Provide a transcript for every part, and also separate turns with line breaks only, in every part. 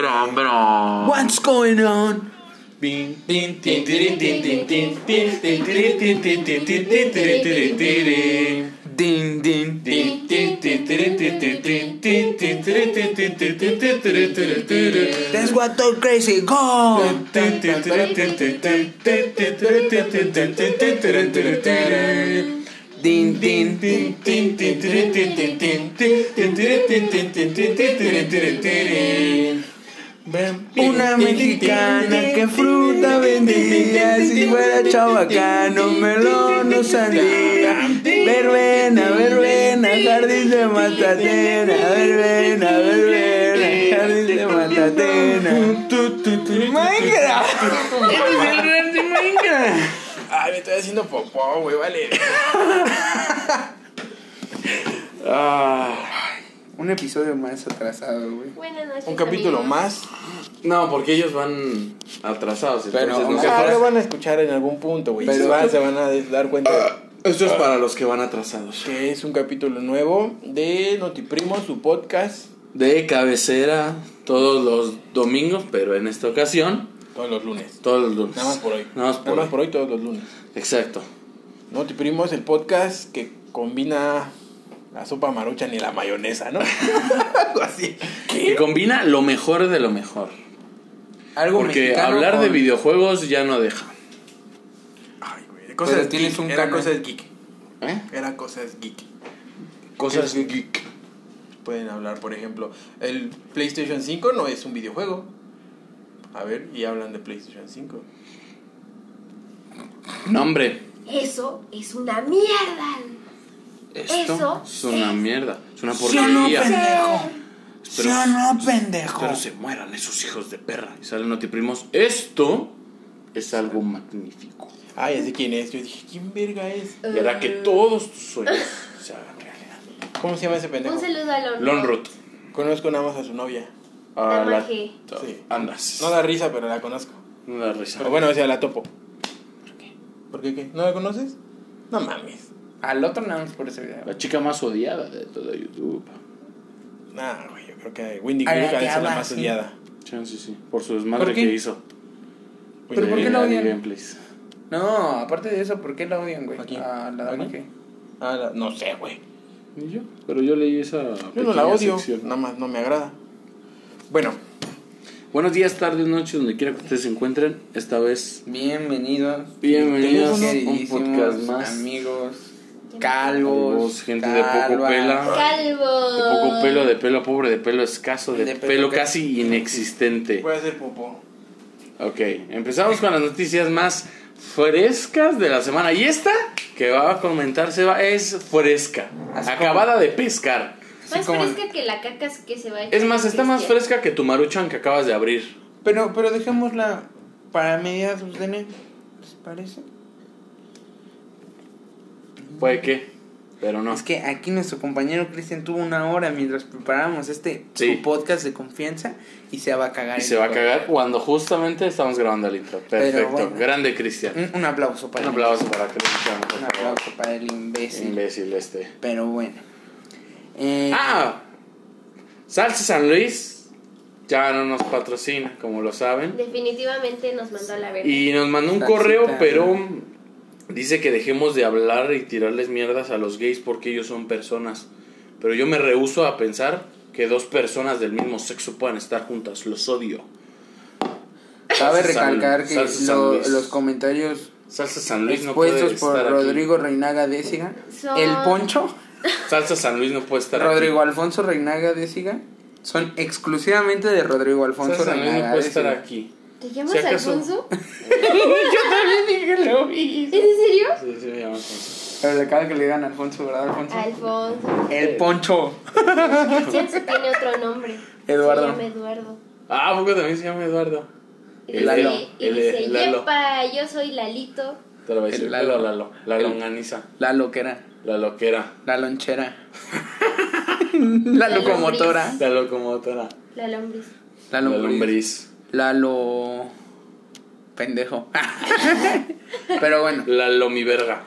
What's going on? Din, din, din. That's what all crazy go. Din, din, din. Una mexicana que fruta vendía Si fuera chabacano, melón o sandía Verbena, verbena, jardín de matatena Verbena, verbena, jardín de matatena ¡Minecraft! ¡Eres el rey de Minecraft!
Ay, me estoy haciendo popó, güey, vale.
Ah, un episodio más atrasado, güey
Buenas noches.
Un capítulo
amigos.
más.
No, porque ellos van atrasados.
Pero
entonces no se
ah,
atrasan.
lo van a escuchar en algún punto, güey.
Pero-
Se van, se van a dar cuenta
Esto es para los que van atrasados.
que es un capítulo nuevo de Notiprimo, su podcast.
De cabecera todos los domingos, pero en esta ocasión
Todos los lunes.
todos los lunes.
Nada más por hoy.
Nada más por,
Nada más
hoy.
por hoy, todos los lunes.
Exacto.
Notiprimo es el podcast que combina la sopa maruchan y la mayonesa, ¿no? Algo así.
Y combina lo mejor de lo mejor.
Algo
Porque
mexicano
hablar de
con-
videojuegos ya no deja.
Ay, güey. de
Pero tienes un
era
canal.
cosas geek.
¿Eh?
Era cosas geek.
Cosas
Es-
geek.
Pueden hablar, por ejemplo, el PlayStation 5 no es un videojuego. A ver, y hablan de PlayStation 5.
No, hombre.
Eso es una mierda.
Esto
Eso
es una
es-
mierda. Es una
¿Sí o no,
porquería.
pendejo? ¿Sí
Pero-
o no, pendejo?
Pero se mueran esos hijos de perra. Y salen notiprimos. Esto es algo magnífico.
Ay, así quién es. Yo dije, ¿quién verga es?
Y hará que todos tus sueños se hagan realidad.
¿Cómo se llama ese pendejo?
Un saludo a Lon.
Lonrot.
Conozco nada más a su novia.
A Ah, la...
Tamaje.
Sí.
Andas.
No da risa, pero la conozco.
No da risa.
Pero bueno, o sea, la topo. ¿Por qué qué? ¿No la conoces? No mames.
Al otro nada más por ese video.
La chica más odiada de todo YouTube.
Nah, güey, yo creo que Wendy
A la
Greg
que
ha de ser
habla
la más
así.
odiada.
Chance, sí. Por su desmadre
¿Por qué?
que hizo.
¿Pero
Wendy
por qué
Greg.
la
Daddy
odian?
Gameplays.
No, aparte de eso, ¿por qué la odian, güey?
¿A quién?
A la
¿A
dama que.
quién? Ah, la- No sé, güey.
Ni yo. Pero yo leí esa.
Yo no
pequeña
la odio.
sección.
Nada más no me agrada. Bueno,
Buenos días, tardes, noches, donde quiera que ustedes se encuentren. Esta vez.
Bienvenidos.
Bienvenidos a un
Queridísimos
podcast más.
Amigos,
Calvos,
calvos,
gente de poco pela.
Calvo.
De
Ah.
poco pelo, de pelo pobre, de pelo escaso, de,
De
pelo,
pelo
casi inexistente.
voy a hacer popó.
Ok, empezamos con las noticias más frescas de la semana. Y esta que va a comentar Seba es fresca,
Así
acabada de pescar.
Así
Más
como-
fresca que la caca que se va a echar
Es más, está más
Cristian.
fresca que tu maruchan que acabas de abrir.
Pero, pero dejémosla para mediados de enero. ¿Les parece?
Puede que, pero no.
Es que aquí nuestro compañero Cristian tuvo una hora mientras preparábamos este
Sí.
su podcast de confianza y se va a cagar.
Y
el
se va a
juego.
cagar cuando justamente estamos grabando el intro. Perfecto,
bueno.
grande Cristian.
Un, un aplauso para
Un
él.
aplauso para Cristian, por
Un
favor.
aplauso para el imbécil.
Imbécil este.
Pero bueno. Eh,
¡Ah! Salsa San Luis ya no nos patrocina, como lo saben.
Definitivamente nos mandó a la verga.
Eh,
Y nos mandó un
Salsita.
correo, pero dice que dejemos de hablar y tirarles mierdas a los gays porque ellos son personas. Pero yo me rehúso a pensar que dos personas del mismo sexo puedan estar juntas. Los odio.
Cabe
Salsa San-
recalcar que
Salsa San
lo-
Luis.
los comentarios
Salsa San Luis no puede
expuestos por
estar aquí.
Rodrigo Reinaga Déciga,
Son-
el Poncho,
Salsa San Luis no puede estar
Rodrigo
aquí.
Alfonso Reinaga Déciga, son exclusivamente de Rodrigo Alfonso
Salsa San Luis no
Reinaga
puede estar
Déciga.
aquí.
¿Te llamas
Si acaso-
Alfonso?
Yo también dije lo
¿Es
mismo.
en serio?
Sí, sí, me llamo Alfonso.
Pero le acaba que le digan Alfonso, ¿verdad, Alfonso?
Alfonso.
El Poncho.
Cristian sí tiene otro nombre.
Eduardo.
Se llama Eduardo.
Ah, porque también se llama Eduardo.
Y
El Lalo.
dice- Y
El-
dice,
el Lalo.
"Yepa, yo soy Lalito.
Te lo voy a decir,
El Lalo.
pero Lalo. La
El-
longaniza.
La loquera,
La loquera.
la lonchera, la
La
locomotora,
La locomotora.
La lombriz.
la
La
lombriz.
lombriz.
La lo... pendejo. Pero bueno,
La lomiverga.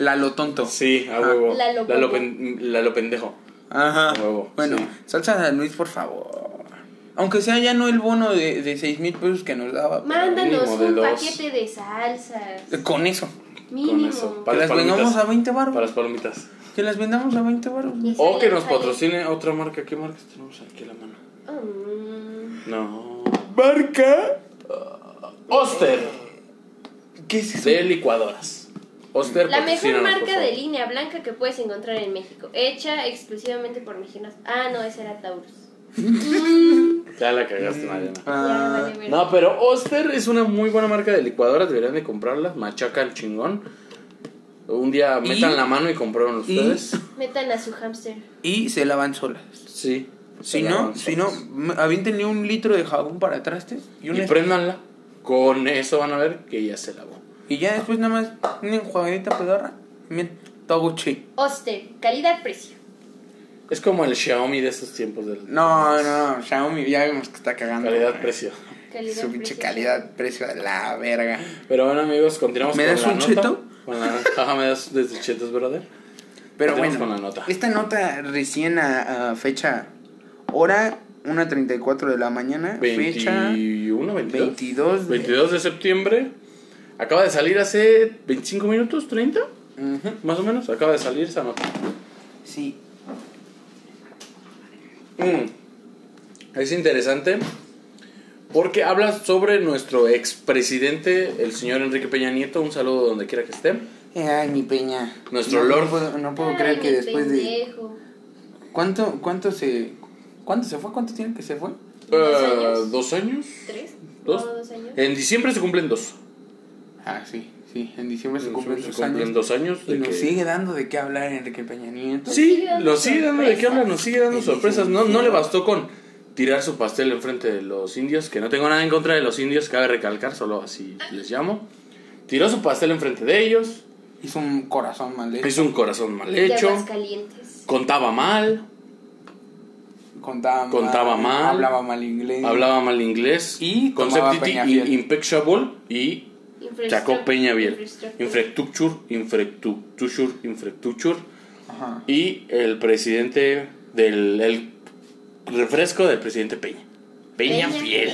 Lalo tonto.
Sí, a huevo.
Lalo
Lalo,
Pombo.
pen- Lalo pendejo.
Ajá.
A huevo,
bueno,
sí.
salsa San Luis, por favor. Aunque sea ya no el bono de, de 6 mil pesos que nos daba. pero
Mándanos
mínimo de
un
dos.
paquete de salsas.
Con eso.
Mínimo.
eso,
Que
Para
las
las palomitas.
vendamos a 20
Para
baros.
las palomitas.
Que las vendamos a 20 baros.
Y
O
sale-
que nos
sale-
patrocine otra marca. ¿Qué marcas tenemos aquí a la mano?
Mm,
No.
Eh, ¿Barca?
Oster.
¿Qué es eso?
De licuadoras. Oster
La mejor
patrocínanos, por
marca de
favor.
línea blanca que puedes encontrar en México. Hecha exclusivamente por mexicanos. Ah, no, ese era Taurus.
Ya la cagaste, Mariana.
Ya,
Ah,
vale, verga.
No, pero Oster es una muy buena marca de licuadoras, deberían de comprarlas, machacan chingón. Un día
¿Y?
metan la mano y comprueben ustedes.
Metan a su hámster.
y se lavan solas.
Sí.
Si no, si no, m- aviéntenle un litro de jabón para trastes y
Y,
una
préndanla. Con eso van a ver que ya se lavó.
Y ya después nada más una enjuagadita pedorra. Miren, todo Gucci.
Oster, calidad-precio.
Es como el Xiaomi de esos tiempos del
No, no, Xiaomi ya vemos que está cagando.
calidad-precio.
Su pinche
Calidad-precio.
calidad, precio de la verga.
Pero bueno, amigos, continuamos
¿Me
con
das
la
un
nota.
cheto?
Con la- Ajá, me das desde chetos, brother.
Pero
Continuamos
bueno,
con la nota.
esta nota recién a, a fecha, hora 1.34 de la mañana, fecha
21, 22.
22 de-
22 de septiembre. Acaba de salir hace 25 minutos, 30.
Ujú,
Más o menos, acaba de salir esa nota.
Sí,
Mm. Es interesante porque habla sobre nuestro expresidente, el señor Enrique Peña Nieto. Un saludo donde quiera que esté.
ay mi peña.
Nuestro
No,
Lord.
No puedo, no puedo
Ay,
creer que
mi
después de... Ah,
pendejo.
¿Cuánto, cuánto se... ¿Cuánto se fue? ¿Cuánto tiene que se fue?
¿Dos
Eh,
años?
¿Dos años?
¿Tres?
¿Dos?
No, dos años.
En diciembre se cumplen dos.
Ah, sí, sí, en diciembre se
En diciembre
cumplen dos
se cumplen
años.
dos años
Y
de
nos
que-
sigue dando de qué hablar Enrique Peña Nieto.
Sí,
Sigue dando
nos sigue dando de qué
sorpresas.
hablar, nos sigue dando
Sí,
sorpresas.
sí,
No,
sí.
no le bastó con tirar su pastel enfrente de los indios, que no tengo nada en contra de los indios, cabe recalcar, solo así les llamo. Tiró su pastel enfrente de ellos,
Hizo un corazón mal hecho.
hizo un corazón mal
De
hecho,
Aguascalientes.
contaba mal,
Contaba mal.
Contaba mal.
Hablaba mal inglés.
hablaba mal inglés,
Y tomaba
conceptity
Peña
y-
Fiel.
impeccable y Chaco
Infraestructura.
Peña Biel.
Infraestructura.
Infrastructure, infrastructure, infrastructure.
Ajá.
Y el presidente del el refresco del presidente Peña. Peña,
Peña.
Fiel.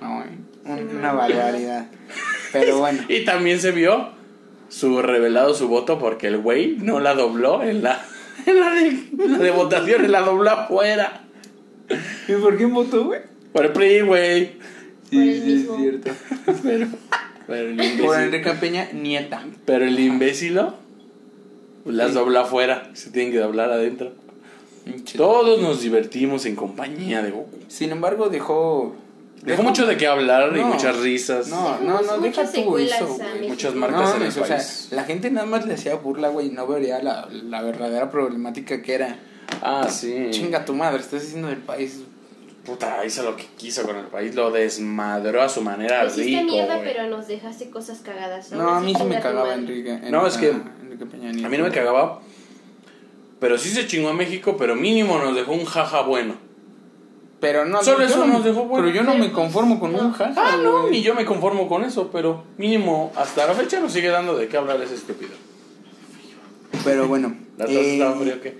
No, eh. Un- una barbaridad. Pero bueno.
Y también se vio su revelado su voto porque el güey no la dobló en la, en la de, en la de votaciones, la dobló afuera.
¿Y por qué votó, güey?
Por el PRI, güey.
Por el mismo.
Pero, pero el
Por
imbécil.
Enrique Peña, nieta.
Pero el imbécilo las dobla afuera. Se tienen que doblar adentro. Todos nos divertimos en compañía de Goku.
Sin embargo, dejó.
Dejó mucho de qué hablar y
No.
muchas risas.
No, no, no,
pues Muchas
deja tú
secuelas
eso,
a
güey.
México.
Muchas
No,
marcas en el
mames, o sea,
país.
la gente nada más le hacía burla, güey, y no vería la, la verdadera problemática que era.
Ah, sí.
Chinga tu madre, estás haciendo del país.
Puta, hizo lo que quiso con el país. Lo desmadró a su manera
Lo Pues hiciste
rico,
mierda,
güey.
pero nos dejaste cosas cagadas.
No,
Ahora
a mí
sí
sí me
chinga tu
cagaba
madre.
Enrique.
No, es que-
Enrique Peña Nieto.
A mí no me cagaba. Pero sí se chingó a México, pero mínimo nos dejó un jaja bueno.
Pero no,
Solo
yo
eso
no-
nos dejó bueno.
Pero yo no
Pero
me conformo con
no.
un jaja.
Ah, no,
güey.
ni yo me conformo con eso, pero mínimo hasta la fecha nos sigue dando de qué hablar ese estúpido.
Pero bueno,
La taza
eh,
estaba fría, ¿qué?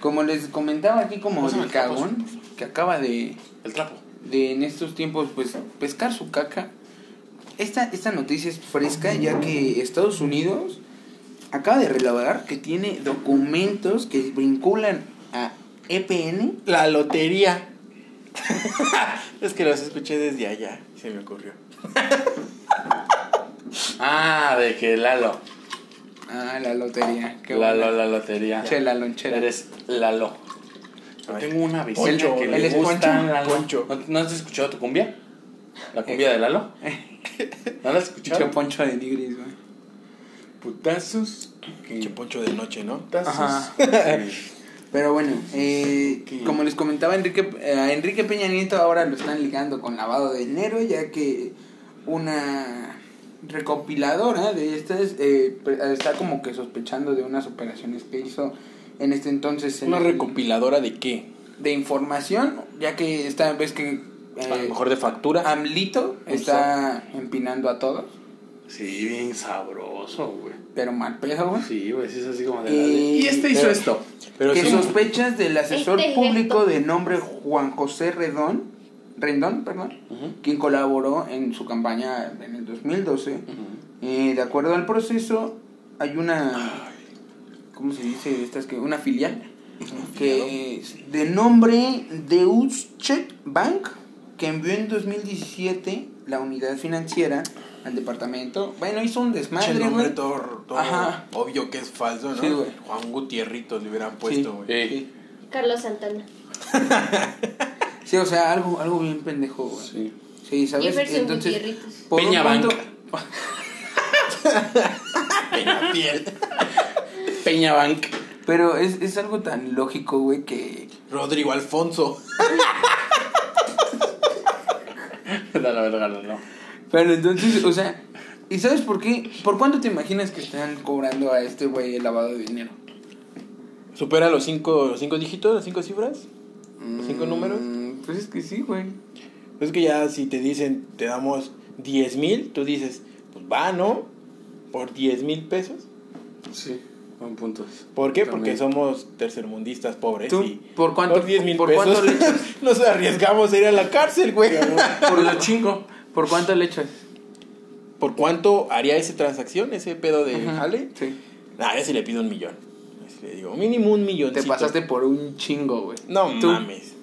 como les comentaba aquí, como
Pásame
el
el trapo,
cagón que acaba de,
El trapo.
de en estos tiempos, pues pescar su caca. Esta, esta noticia es fresca ya que Estados Unidos acaba de revelar que tiene documentos que vinculan a E EPN.
La lotería. es que los escuché desde allá. y Se me ocurrió.
Ah, de que Lalo.
Ah, la lotería. Qué
Lalo,
buena.
la lotería.
Chela, lonchera.
Eres Lalo. Yo
Ay.
tengo una vecina
Poncho,
que
él
le
es
gusta
Poncho.
Lalo.
Poncho.
¿No, no has escuchado tu cumbia? ¿La cumbia de Lalo? ¿No la has
Pinche
escuchado?
poncho de nigris, güey.
Putazos.
Che poncho de noche, ¿no? Ah,
Ajá.
Putazos. Sí.
Pero bueno, eh,
¿Qué?
como les comentaba Enrique, eh, a Enrique Peña Nieto ahora lo están ligando con lavado de dinero, ya que una recopiladora de estas eh, pre- está como que sospechando de unas operaciones que hizo en este entonces en
¿Una
el-
recopiladora de qué?
de información, ya que esta vez que eh,
A lo mejor de factura.
AMLito está empinando a todos.
Sí, bien sabroso. espantoso, güey.
Pero mal pedo, güey.
Sí, güey, sí es así como de...
Y-
Y este hizo
pero-
esto.
Pero
que
sí,
sospechas del asesor
Este
público
gesto.
de nombre Juan José Redón, Rendón, perdón,
Ujú.
quien colaboró en su campaña en el 2012.
Ujú.
Eh, de acuerdo al proceso, hay una. ¿Cómo se dice? Estas que, una filial. Que es de nombre Deutsche Bank, que envió en 2017 la unidad financiera al departamento. Bueno, hizo un
Che,
desmadre,
nombre
güey.
todo, todo
Ajá.
obvio que es falso, ¿no?
Sí, güey.
Juan Gutierritos le hubieran puesto, güey.
Sí.
Sí.
Carlos Santana.
Sí, o sea, algo, algo bien pendejo, güey.
Sí.
Sí, ¿sabes?
Jefferson
Entonces,
Gutierritos.
por
Peña
un punto-
Peña Fiel.
Peña Bank.
Pero es, es algo tan lógico, güey, que...
Rodrigo Alfonso.
Da la verga, no, no.
Pero entonces, o sea, ¿y sabes por qué? ¿Por cuánto te imaginas que están cobrando a este güey el lavado de dinero?
¿Supera los cinco, los cinco dígitos, las cinco cifras? ¿Los cinco números?
Mm, Pues es que sí, güey.
Es que ya si te dicen, te damos 10 mil, tú dices, pues va, ¿no? Por 10 mil pesos.
Sí, buen punto.
¿Por qué?
También.
Porque somos tercermundistas pobres.
¿Tú?
Y
¿Por cuánto-
Por 10 mil
por cuánto
pesos.
le
nos arriesgamos a ir a la cárcel, güey.
Por lo chingo. ¿Por cuánto le echas?
¿Por cuánto haría esa transacción, ese pedo de
Ajá.
jale?
Sí.
Ah, ese le pido un millón. Ese le digo, mínimo un millón.
Te pasaste por un chingo, güey.
No
Tú,
mames.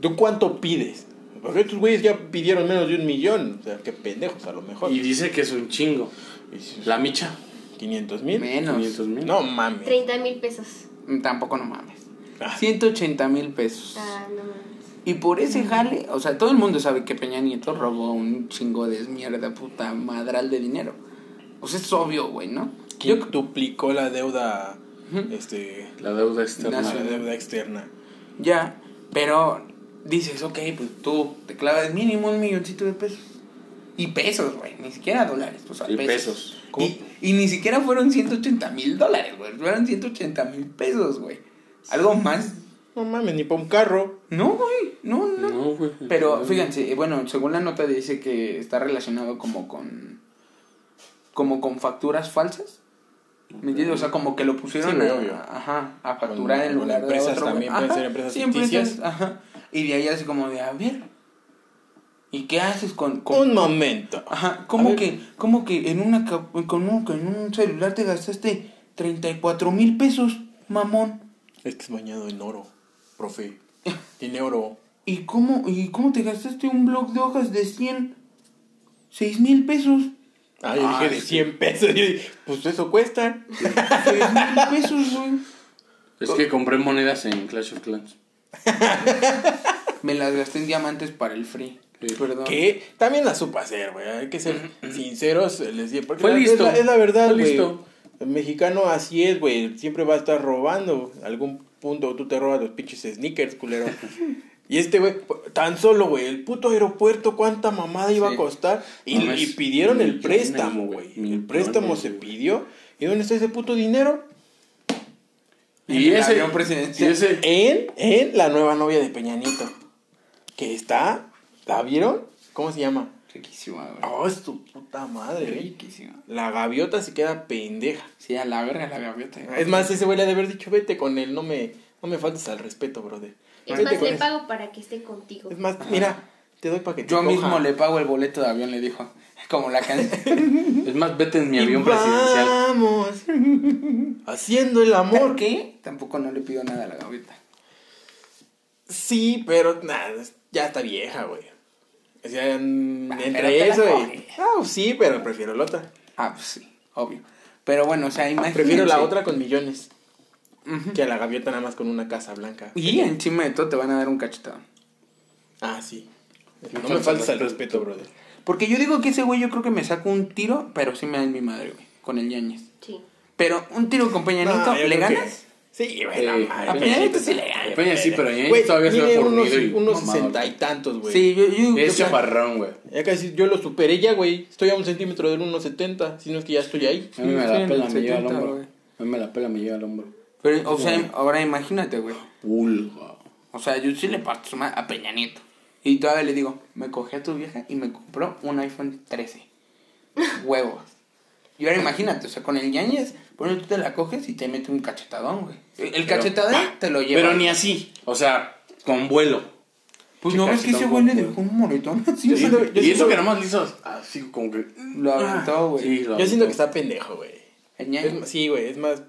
¿Tú cuánto pides? Porque estos güeyes ya pidieron menos de un millón. O sea, qué pendejos a lo mejor.
Y dice que es un chingo.
Y si-
La micha.
500 mil.
Menos.
500 mil.
No mames.
30 mil pesos.
Mm, Tampoco no mames.
Ah,
180 mil pesos.
Ah, no mames.
Y por ese jale, o sea, todo el mundo sabe que Peña Nieto robó un chingo de mierda, puta madral de dinero. Pues es obvio, güey, ¿no? Yo,
Quintuplicó la deuda. Este.
La deuda
La
Nacional.
externa.
deuda externa.
ya, pero dices, ok, pues tú te clavas mínimo un milloncito de pesos. Y pesos, güey, ni siquiera dólares, pues a
Y
pesos.
pesos.
Y, y ni siquiera fueron 180 mil dólares, güey, fueron 180 mil pesos, güey. Algo más.
No mames, ni para un carro.
No, güey, no, no.
No, güey.
Pero fíjense, eh, bueno, según la nota dice que está relacionado como con como con facturas falsas. ¿Me entiendes? O sea, como que lo pusieron
Sí,
a,
obvio.
ajá, a facturar
Con-
en
con
lugar de
empresas
otro, güey.
también, pueden
Ajá,
ser empresas
sí,
ficticias.
ajá. Y de ahí así como de, a ver. ¿Y qué haces con, con-
Un momento.
ajá,
A
¿cómo
ver.
que cómo que en una ca- con un, con un celular te gastaste 34 mil pesos, mamón?
Es que es bañado en oro, profe. Tiene oro.
¿Y cómo, ¿Y cómo te gastaste un bloc de hojas de 100? 6 mil pesos.
Ah, yo
Ah,
dije de
sí.
100 pesos. Yo dije, pues eso cuesta.
6 mil pesos, güey.
Es que compré monedas en Clash of Clans.
Me las gasté en diamantes para el free. Eh,
Sí.
Perdón.
Que también la supo hacer, güey. Hay que ser sinceros. Les digo, porque
Fue
la-
listo.
Es la, es la verdad,
Fue
güey.
listo.
El mexicano así es, güey. Siempre va a estar robando. Algún punto tú te robas los pinches sneakers, culero. y este, güey, tan solo, güey, el puto aeropuerto, cuánta mamada iba a
Sí.
costar. Y,
Mames,
y pidieron el
millones,
préstamo,
güey.
güey. El préstamo
Millones,
se
güey.
pidió. ¿Y dónde está ese puto dinero?
En
Y
el
ese,
avión presidencial.
y ese
En, en la nueva novia de Peña Nieto. Que está, ¿la vieron? ¿Cómo se llama?
Riquísima, güey.
Oh, es tu puta madre, güey.
Riquísima.
La gaviota se queda pendeja.
Sí, a la verga la gaviota. güey.
Es más, ese güey le ha de haber dicho, vete con él, no me, no me faltes al respeto, brother.
Es
Vete
más,
con
le
él.
pago para que esté contigo.
Es más, mira, te doy para que te
Yo
coja.
mismo le pago el boleto de avión, le dijo. Como la canción.
Es más, vete en mi
Y
avión presidencial.
Vamos. Haciendo el amor.
¿Por qué? Tampoco no le pido nada a la gaviota.
Sí, pero nada, ya está vieja, güey. O sea, mm,
Ah, pero te
entre
la
eso y...
coges.
Ah, sí, pero prefiero la otra.
Ah, pues sí, obvio. Pero bueno, o sea, imagínense.
Prefiero la otra con millones.
Ujú.
Que a la gaviota nada más con una casa blanca.
Y encima de todo te van a dar un cachetado.
Ah, sí. No me faltes al respeto, brother.
Porque yo digo que ese güey yo creo que me saco un tiro, pero sí me da en mi madre, güey. Con el ñañez.
Sí.
Pero un tiro con Peña Nieto,
No, Ah, yo
¿le
creo que-
ganas?
Sí, güey.
Sí.
no mames.
A Peña Nieto sí le
A
gana.
Peña sí, pero
Güey,
Ñañez todavía se
mide
va
unos,
fornido y
unos
mamado.
sesenta y tantos, güey.
Sí, yo, yo,
Es
yo-
chaparrón, güey.
Ya casi yo lo superé ya, güey. Estoy a un centímetro del 1.70, si no es que ya estoy ahí.
A mí me
Sí,
la pela, me lleva al
70,
hombro.
güey.
A mí me la pela, me lleva al hombro.
Pero, o sea, ahora imagínate, güey.
Pulga.
O sea, yo sí le parto su madre a Peña Nieto. Y todavía le digo, me cogí a tu vieja y me compró un iPhone 13. Huevos. Y ahora imagínate, o sea, con el Yañez, bueno, tú te la coges y te mete un cachetadón, güey. El, el
Pero- Ah,
cachetadón te lo lleva.
Pero ni así, o sea, con vuelo.
Pues no ves que ese güey le dejó un moretón así.
Yo siento-
y eso
siento-
que nomás le hizo así como que...
Lo aventó, Ah, güey.
Ah, Sí, lo
Yo siento que
aventó.
está pendejo, güey.
El Yañez.
Es más- sí, güey, es más.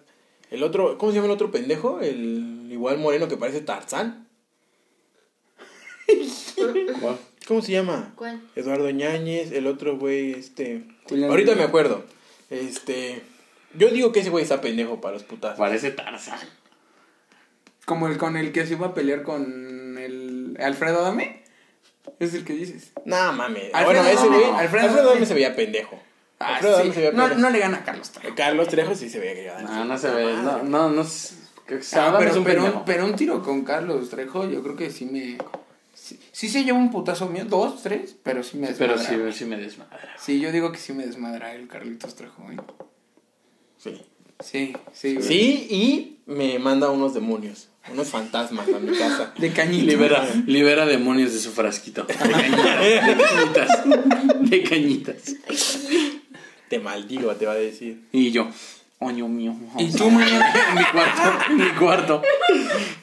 El otro, ¿cómo se llama el otro pendejo? El igual moreno que parece Tarzán.
¿Cuál?
¿Cómo se llama?
¿Cuál?
Eduardo Ñañez, el otro güey, este.
Julián
Ahorita
Ruiz.
me acuerdo. Este. Yo digo que ese güey está pendejo para los putas.
Parece Tarzán.
Como el con el que se iba a pelear con el Alfredo Adame. Es el que dices.
Nah, mames.
Alfredo
Bueno, ese
Adame,
güey.
no.
Alfredo,
Alfredo
Alfredo Adame
Adame.
se veía pendejo.
Ah,
Alfredo Adame
sí.
se veía
no,
pendejo. Eh,
no le gana a Carlos Trejo.
Carlos Trejo sí se veía que iba a
Ah, No, no se ve. No, no, no. se- creo que se-
Ah,
Adam
pero,
es un
pero,
pendejo.
un, pero un tiro con Carlos Trejo, yo creo que sí me. Sí, sí se lleva un putazo mío, dos, tres, pero sí me desmadra.
Pero sí, sí me desmadra.
Sí, yo digo que sí me desmadra el Carlitos Trejo, güey.
Sí.
Sí, sí, güey.
Sí, y me manda unos demonios. Unos fantasmas a mi casa.
De
Y
cañito.
libera, libera demonios de su frasquito. De cañitas. De cañitas. De cañitas.
Te maldigo, te va a decir.
Y yo, oño mío.
Y tú, Mariana,
En mi cuarto. En mi cuarto.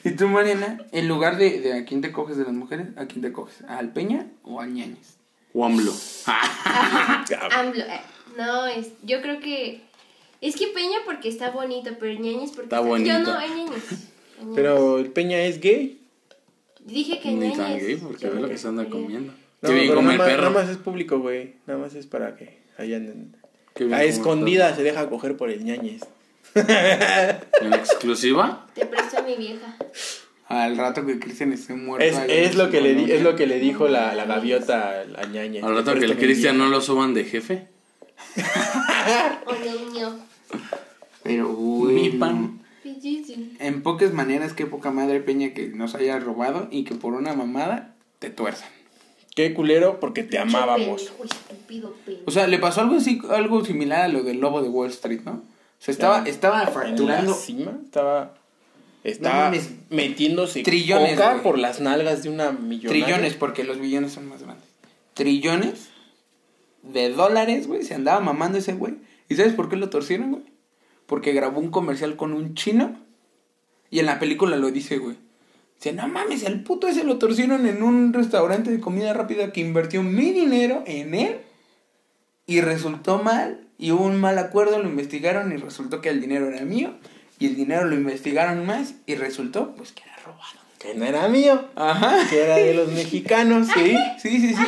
y tú, Mariana, en lugar de, de a quién te coges de las mujeres, ¿a quién te coges? ¿Al Peña o al Ñañez?
Wamblo. Ah.
AMLO, eh, No, es, yo creo que. Es que Peña porque está bonito, pero Ñañez porque.
Está bonito.
Yo no, el Ñañez. el Ñañez.
Pero el Peña es gay.
Dije que
Ni
Ñañez.
tan gay porque
yo
ve
me
lo que se anda
refería.
comiendo.
No,
Qué bien
pero
come
nada,
el
más,
perro.
nada más es público, güey. Nada más es para que allá anden.
Qué bien come
A
el
escondida se deja coger por el ñañez.
perro. ¿En exclusiva?
Te presto a mi vieja.
Al rato que Cristian esté muerto.
Es,
ahí,
es lo que le di-
¿no?
es lo que le dijo la, la gaviota al- al ñañez.
Al rato que el Cristian no lo suban de jefe.
O no, no.
Pero, güey.
Mi pan.
Pichichi.
En pocas maneras, qué poca madre Peña que nos haya robado y que por una mamada te tuerzan.
Qué culero porque te amábamos.
Pendejo, estúpido Peña.
Pues-
O sea, le pasó algo así, algo similar a lo del lobo de Wall Street, ¿no? O sea, estaba,
Ya.
estaba
En la
fracturando.
cima estaba estaba
mames.
metiéndose
Trillones,
coca
güey.
por las nalgas de una millonaria.
Trillones, porque los billones son más grandes. Trillones de dólares, güey. Se andaba mamando ese güey. ¿Y sabes por qué lo torcieron, güey? Porque grabó un comercial con un chino. Y en la película lo dice, güey. Dice, no mames, el puto ese lo torcieron en un restaurante de comida rápida que invirtió mi dinero en él. Y resultó mal. Y hubo un mal acuerdo, lo investigaron y resultó que el dinero era mío. Y el dinero lo investigaron más y resultó, pues, que era robado.
Que no era mío,
Ajá.
que era de los mexicanos,
Sí, sí, sí, sí.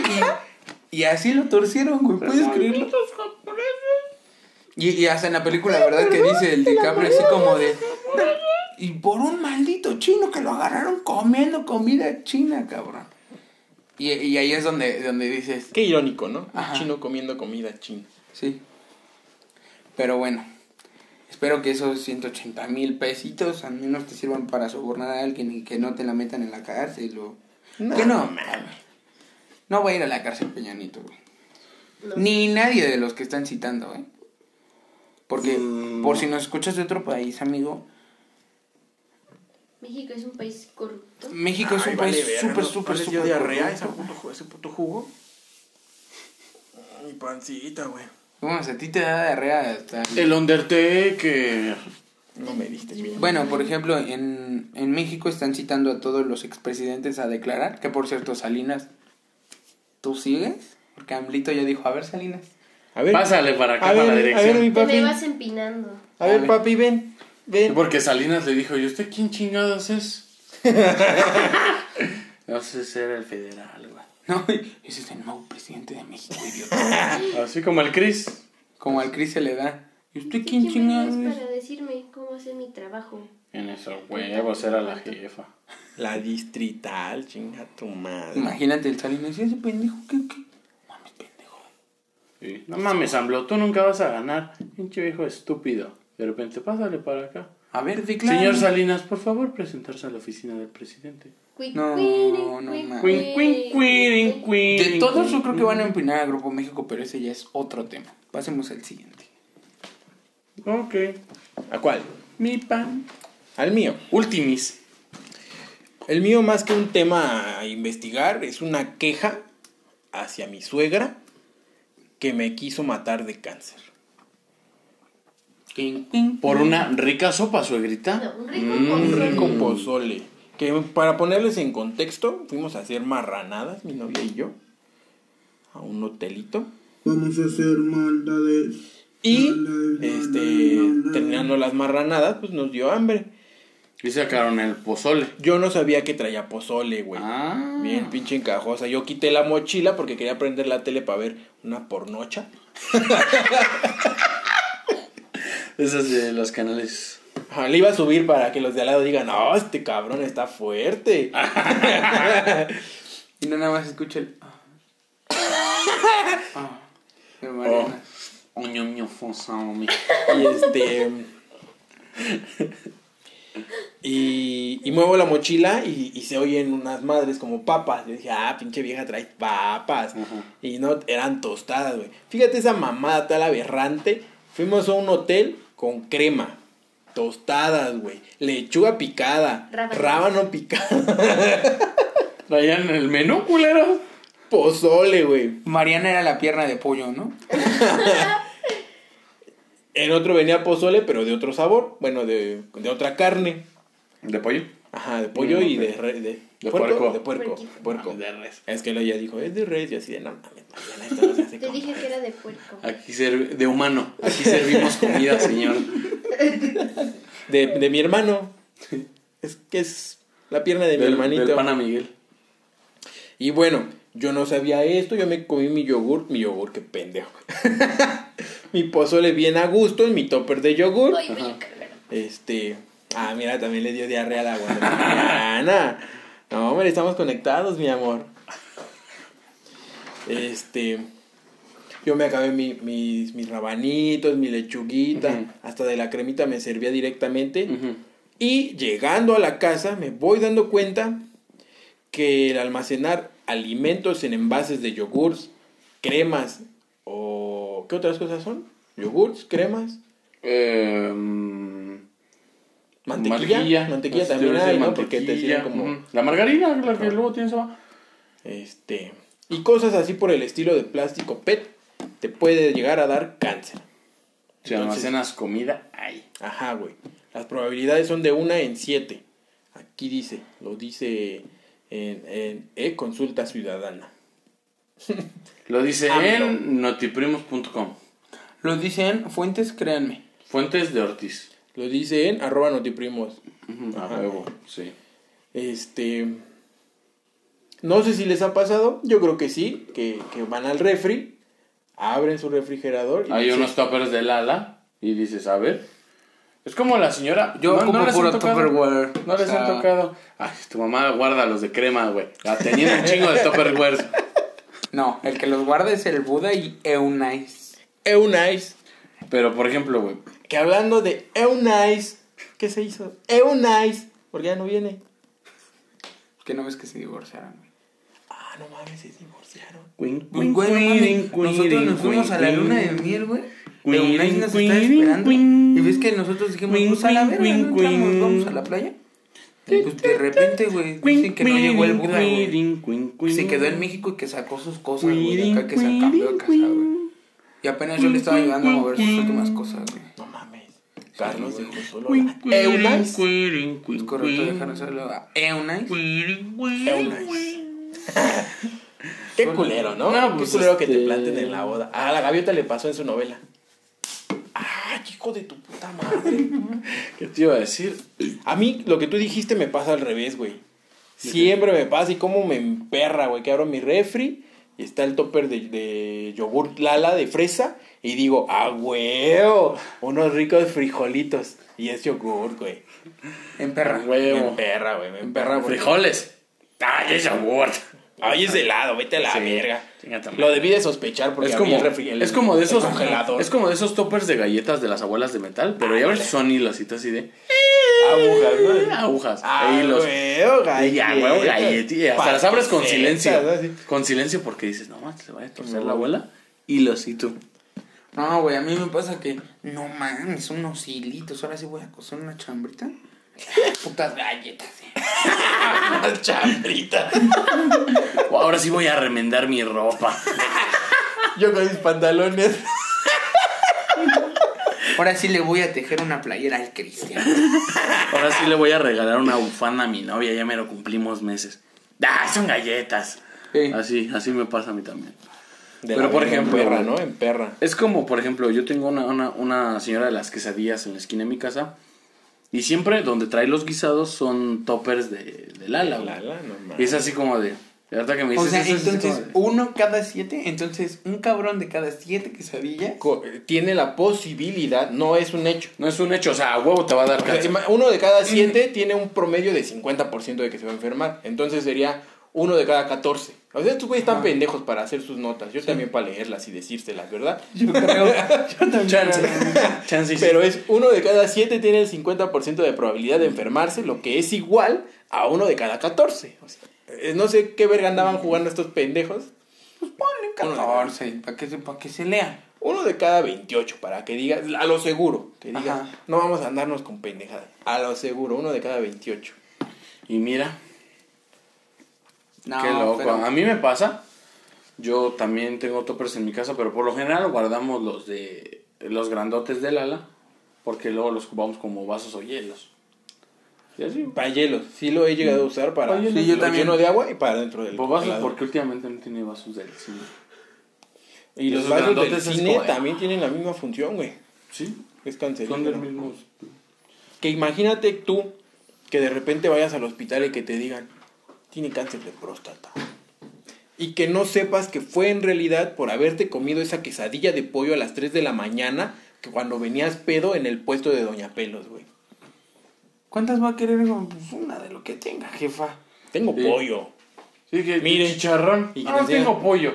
Y, y así lo torcieron, güey. ¿Puedes creerlo? Y, y hasta en la película, ¿verdad? Que dice el DiCaprio así como de... Y por un maldito chino que lo agarraron comiendo comida china, cabrón. Y, y ahí es donde, donde dices...
Qué irónico, ¿no? Un
Ajá.
Chino comiendo comida china.
Sí. Pero bueno. Espero que esos 180 mil pesitos al menos te sirvan para sobornar a alguien y que no te la metan en la cárcel o... que no,
mames.
no voy a ir a la cárcel, Peñanito, güey.
No.
Ni nadie de los que están citando, ¿eh? Porque,
Mm.
por si nos escuchas de otro país, amigo,
México es un país corrupto.
México es un país súper, súper, súper. corrupto.
ese puto jugo. Mi pancita, güey.
Vamos, a ti te da diarrea hasta.
El Undertaker.
No me diste bien.
Bueno, por ejemplo, en, en México están citando a todos los expresidentes a declarar. Que por cierto, Salinas, ¿tú sigues? Porque Amlito ya dijo, a ver, Salinas.
A ver,
Pásale para acá,
a
para
ver,
la
a ver,
dirección.
mi
Te
papi.
me vas empinando.
A ver,
A ver.
papi, ven. Ven.
Porque Salinas le dijo, ¿y usted quién chingados es? no sé si era el federal, güey.
No, ese es el nuevo presidente de México, idiota.
Así como el Chris.
Como al Cris se le da. ¿Y usted
¿Quién
quién chingado
me eres
es?
para decirme cómo hacer mi trabajo?
En esos huevos era la jefa.
La distrital, chinga tu madre.
Imagínate el Salinas, ¿y ese pendejo qué? qué? Mames, pendejo.
Sí. No mames, AMLO, tú nunca vas a ganar. Pinche viejo estúpido. De repente, pásale para acá.
A ver, declara.
Señor Salinas, por favor, presentarse a la oficina del presidente.
Cuic,
No,
cuiri,
no,
cuic,
ma.
Quin, quin, quin, quin,
De todos yo
quin.
creo que van a empinar a Grupo México, pero ese ya es otro tema. Pasemos al siguiente.
Ok.
¿A cuál?
Mi pan.
Al mío.
Ultimis.
El mío, más que un tema a investigar, es una queja hacia mi suegra que me quiso matar de cáncer.
Por una rica sopa, suegrita.
No, un rico
Mm.
Un
pozole.
rico pozole. Que para ponerles en contexto, fuimos a hacer marranadas, mi novia y yo, a un hotelito.
Vamos a hacer maldades.
Y este, terminando las marranadas, pues nos dio hambre.
Y sacaron el pozole.
Yo no sabía que traía pozole, güey.
Ah.
Bien, pinche encajosa. Yo quité la mochila porque quería prender la tele para ver una pornocha.
Esas de los canales.
Ajá, le iba a subir para que los de al lado digan, no, este cabrón está fuerte.
Y no nada más escucha el. ah. Ah, de Mariana.
Oh. Oño, oño, fosame.
Y este. Y, y muevo la mochila y, y se oyen unas madres como papas. Yo dije, ah, pinche vieja trae papas.
Ajá.
Y no, eran tostadas, güey. Fíjate esa mamada tal aberrante. Fuimos a un hotel con crema, tostadas, güey. Lechuga picada,
Rábano.
rábano picado,
Traían el menú, culero.
pozole, güey.
Mariana era la pierna de pollo, ¿no?
En otro venía pozole, pero de otro sabor. Bueno, de, de otra carne.
¿De pollo?
Ajá, de pollo
Mm,
y de,
ok.
re- de,
De puerco. Ah,
puerco. De puerco.
Puerquito.
puerco.
De res.
Es que lo ya dijo, es de res. Yo así de, no mames, Mariana, esto no se hace
Te
con
dije
res".
que era de puerco.
Aquí ser de humano. Aquí servimos comida, señor.
de, de mi hermano. Es que es la pierna de mi
Del-
hermanito.
Del pana Miguel.
Y bueno, yo no sabía esto. Yo me comí mi yogur. Mi yogur, qué pendejo. mi pozole bien a gusto en mi topper de yogur.
Ay, voy a cargar.
Este. Ah, mira, también le dio diarrea a la guadalupana. No, hombre, estamos conectados, mi amor. Este. Yo me acabé mi- mis, mis rabanitos, mi lechuguita,
Ujú.
hasta de la cremita me servía directamente.
Ujú.
Y llegando a la casa me voy dando cuenta que el almacenar alimentos en envases de yogurts, cremas o... ¿Qué otras cosas son? Yogurts, cremas,
Eh, mm,
mantequilla. Mantequilla,
Pues,
también
debe ser
hay, ¿no? Porque te
mantequilla.
sirven como...
Ujú. La margarina, la que luego tiene va
Este... Y cosas así por el estilo de plástico PET te puede llegar a dar cáncer.
Si
Entonces-
almacenas comida, ay.
Ajá, güey. Las probabilidades son de una en siete. Aquí dice, lo dice en, en e consulta ciudadana.
Lo dice
AMLO.
en notiprimos.com.
Lo dicen fuentes, créanme.
Fuentes de Ortiz.
Lo dice en arroba notiprimos.
Ujú, A
Ajá.
huevo, sí.
Este. No sé si les ha pasado, yo creo que sí, que, que van al refri, abren su refrigerador y
Hay
dicen,
unos toppers de Lala y dices, a ver. Es como la señora.
Yo como
les
puro
han tocado.
Tupperware.
No
O
les
sea,
han tocado. Ay, tu mamá guarda los de crema, güey. La Teniendo un chingo de Tupperware.
No, el que los guarda es el Buda y Eunice.
"Eh, Eunice.
Pero, por ejemplo, güey.
Que hablando de Eunice, ¿qué se hizo? Eunice, porque ya no viene.
Que no ves que se divorciaron. güey.
Ah, no mames, se divorciaron.
Güey, mami, nosotros nos fuimos a la luna de miel, güey. Eunice nos está esperando. Y ves que nosotros dijimos, pues a la verga, ¿no? Entramos, vamos a la playa. Y pues de repente, güey, dicen que no llegó el Buda, güey. Que Se quedó en México y que sacó sus cosas, güey, de acá que se cambió de casa, güey. Y apenas yo le estaba ayudando a mover sus últimas cosas, güey.
No mames. Carlos
güey.
dejó solo a Eunice.
Es correcto dejar Eh, solo a Eunice.
Eunice. Qué culero, ¿no?
No, pues,
Qué culero que te
este-
planten en la boda. A la gaviota le pasó en su novela. ¡Ah, hijo de tu puta madre!
¿Qué te iba a decir?
A mí lo que tú dijiste me pasa al revés, güey. Siempre me pasa y cómo me emperra, güey, que abro mi refri y está el topper de, de yogur lala de fresa y digo, ¡ah, huevo! Unos ricos frijolitos. Y es yogur, güey.
En perra.
Me
Huevo.
emperra, güey, me emperra. porque-
Frijoles. Ah, Ay, esa gorda.
Ay, es helado, vete a la
Sí.
verga.
Chingata madre.
Lo debí de sospechar porque
Es
abrí
como,
el refri- el-
es como de
el
esos
congelador.
es como de esos toppers de galletas de las abuelas de metal, pero ya ves son hilositos así de
agujas,
eh,
¿no?
agujas
Ah,
e hilos.
huevo,
Y ya, huevo, galletilla. Hasta las abres con
Patisetas,
silencio.
así.
Con silencio porque dices, no más, se vaya a torcer
No.
la abuela. Hilosito.
No, güey, a mí me pasa que, no mames, unos hilitos. Ahora sí voy a coser una chambrita. Putas galletas, eh.
Chambrita.
O ahora sí voy a remendar mi ropa.
Yo con mis pantalones.
Ahora sí le voy a tejer una playera al Cristian.
Ahora sí le voy a regalar una bufanda a mi novia, ya me lo cumplimos meses. ¡Ah, son galletas!
Sí.
Así, así me pasa a mí también.
De
Pero,
la
por
vida en
ejemplo,
perra,
güey.
¿no? En perra.
Es como, por ejemplo, yo tengo una, una, una señora de las quesadillas en la esquina de mi casa. Y siempre donde trae los guisados son toppers de, de Lala. güey.
Lala, no mames.
Y es así como de. de ahorita que me
O
dices
sea,
eso, es así
entonces,
como de-
uno cada siete, entonces, un cabrón de cada siete quesadillas.
Co- Tiene la posibilidad, no es un hecho.
No es un hecho, o sea, a huevo te va a dar
O sea,
cáncer.
ima- uno de cada siete tiene un promedio de 50% de que se va a enfermar. Entonces sería uno de cada 14. O sea, estos güeyes están
Ajá.
pendejos para hacer sus notas. Yo también para leerlas y decírselas, ¿verdad?
Yo creo. yo también.
Chance.
creo.
Chance. y sí.
Pero es uno de cada siete tiene el 50% de probabilidad de enfermarse, lo que es igual a uno de cada 14. O sea, eh, no sé qué verga andaban jugando estos pendejos.
Ponle 14, para que, se- pa' que se lea.
Uno de cada 28, para que digas, a lo seguro, que digas,
Ajá.
no vamos a andarnos con pendejadas. A lo seguro, uno de cada 28.
Y mira,
No,
qué loco. ah.
pero-
A mí me pasa. Yo también tengo toppers en mi casa, pero por lo general guardamos los de los grandotes de Lala, porque luego los ocupamos como vasos o hielos. Y así.
Pañuelos, sí lo he llegado a usar para
Pañuelos.
sí,
Sí, yo
lo
también.
lleno de agua y para dentro del
Pues vasos
congelador.
porque últimamente no tiene vasos del cine.
Y los
esos
vasos del
grandotes es
cine
como-
también tienen la misma función, güey.
Sí,
Es cancerígeno.
son del mismo.
Que imagínate tú que de repente vayas al hospital y que te digan, tiene cáncer de próstata. Y que no sepas que fue en realidad por haberte comido esa quesadilla de pollo a las 3 de la mañana que cuando venías pedo en el puesto de Doña Pelos, güey.
¿Cuántas va a querer? Pues una de lo que tenga, jefa.
Tengo
Sí.
pollo.
Sí, que
Miren.
chicharrón.
Y que
ah,
les diga-
tengo pollo.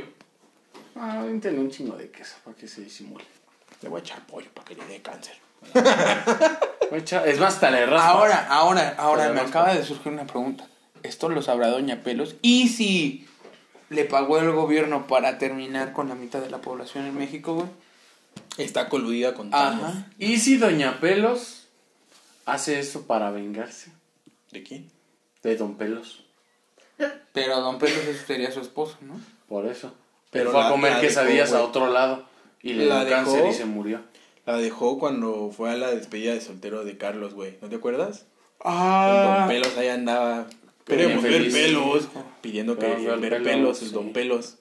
Ah, tengo un chingo de queso para que se disimule.
Le voy a echar pollo para que le dé cáncer.
Voy a echar- Es más, hasta le raspo.
Ahora, ahora, ahora,
Pero
me
raspa.
acaba de surgir una pregunta. Esto lo sabrá Doña Pelos. ¿Y si le pagó el gobierno para terminar con la mitad de la población en México, güey?
Está coludida con Thanos.
Ajá.
¿Y si Doña Pelos hace eso para vengarse
¿De quién?
de Don Pelos?
Pero Don Pelos eso sería su esposo, ¿no?
Por eso.
Pero
Pero fue
la-
a comer
la
quesadillas
dejó,
a otro lado y le
La
dio cáncer y
dejó.
se murió.
La dejó cuando fue a la despedida de soltero de Carlos, güey. ¿No te acuerdas?
Ah.
Don Pelos ahí andaba.
Pero
Queremos ver
infeliz.
pelos. Pidiendo que
Queremos
ver,
ver pelos,
pelos,
sí.
Don Pelos.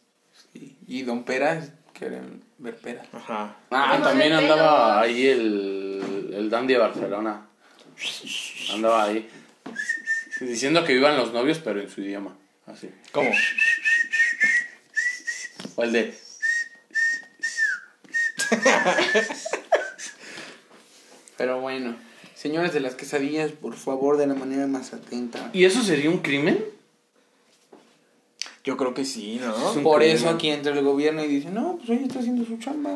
Sí. Y Don Peras, quieren ver Peras.
Ajá.
Ah,
Pero
también
de pelos.
andaba ahí el, el dandy de Barcelona. Andaba ahí. Diciendo que vivan los novios, pero en su idioma. Así.
¿Cómo?
O el de.
Pero bueno, señores de las quesadillas, por favor, de la manera más atenta.
¿Y eso sería un crimen?
Yo creo que sí, ¿no?
Es un
Por
crimen.
eso aquí entra el gobierno y dice, no, pues ella está haciendo su chamba.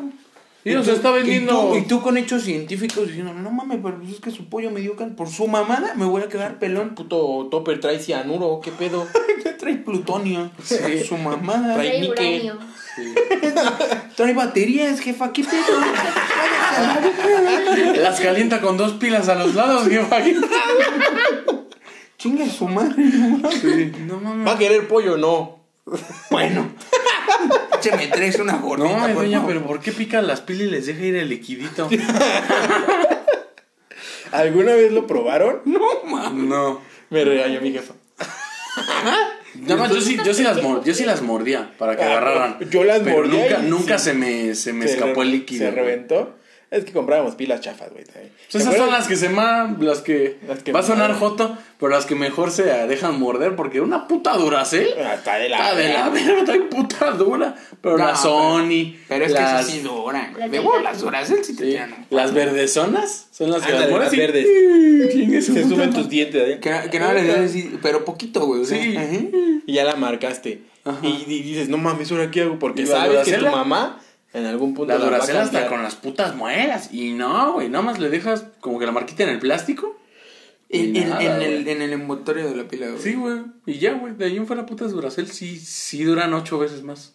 Y nos está vendiendo.
Y tú, y tú con hechos científicos diciendo, no mames, pero pues es que su pollo me dio cáncer. Por su mamada me voy a quedar pelón.
Puto topper trae cianuro, ¿qué pedo?
Trae plutonio. Su mamada.
Trae-
Trae,
Trae
níquel.
uranio.
baterías, jefa, ¿qué pedo?
Las calienta con dos pilas a los lados, jefa.
Chinga su madre. no mames.
No
¿Va
mames.
a querer pollo o no?
Bueno. Écheme tres una
No
gordita,
mames,
por
doña,
favor.
pero ¿por qué pican las pilas y les deja ir el liquidito?
¿Alguna vez lo probaron?
No mames.
No.
Me regañó mi jefa.
Nada más, yo sí, yo sí las mor- yo sí las mordía para que
Ah,
agarraran.
yo las
Pero
mordía
Nunca,
y
nunca
sí.
se me, se me
Se
escapó el
re-
líquido.
Se
güey.
reventó. Es que comprábamos pilas chafas, güey. también.
Pues esas
¿Te
son las
acuerdas?
que se más, las que,
Las que
va a sonar
más.
joto, pero las que mejor se dejan morder porque una puta duracel.
Ah, está de la
Está de la verga, está bien puta dura. Pero
No,
la
pero-
Sony,
Pero es que
las,
sí, sí duran. güey.
Las
De
del-
bolas duras, él sí te
sí,
tiran.
las verdezonas son las que
Ándale,
las muerden
las
y-
verdes.
Chingue su
Se
puta
suben
madre.
tus dientes. ¿eh?
Que, que no les debes decir, pero poquito, güey. o sea,
Sí.
ajá.
Y ya la marcaste. Y, y dices, no mames, ¿ahora qué hago? Porque
¿Y la
sabes que tu
Duracell?
mamá en algún punto
La
las va a
Duracell hasta
cambiar.
con las putas muelas. Y no, güey, nada más le dejas como que la marquita en el plástico.
En,
Y
en-
nada,
en
güey.
el, en el envoltorio de la pila, güey.
Sí, güey. Y ya, güey. De ahí en fuera putas Duracell sí, sí duran ocho veces más.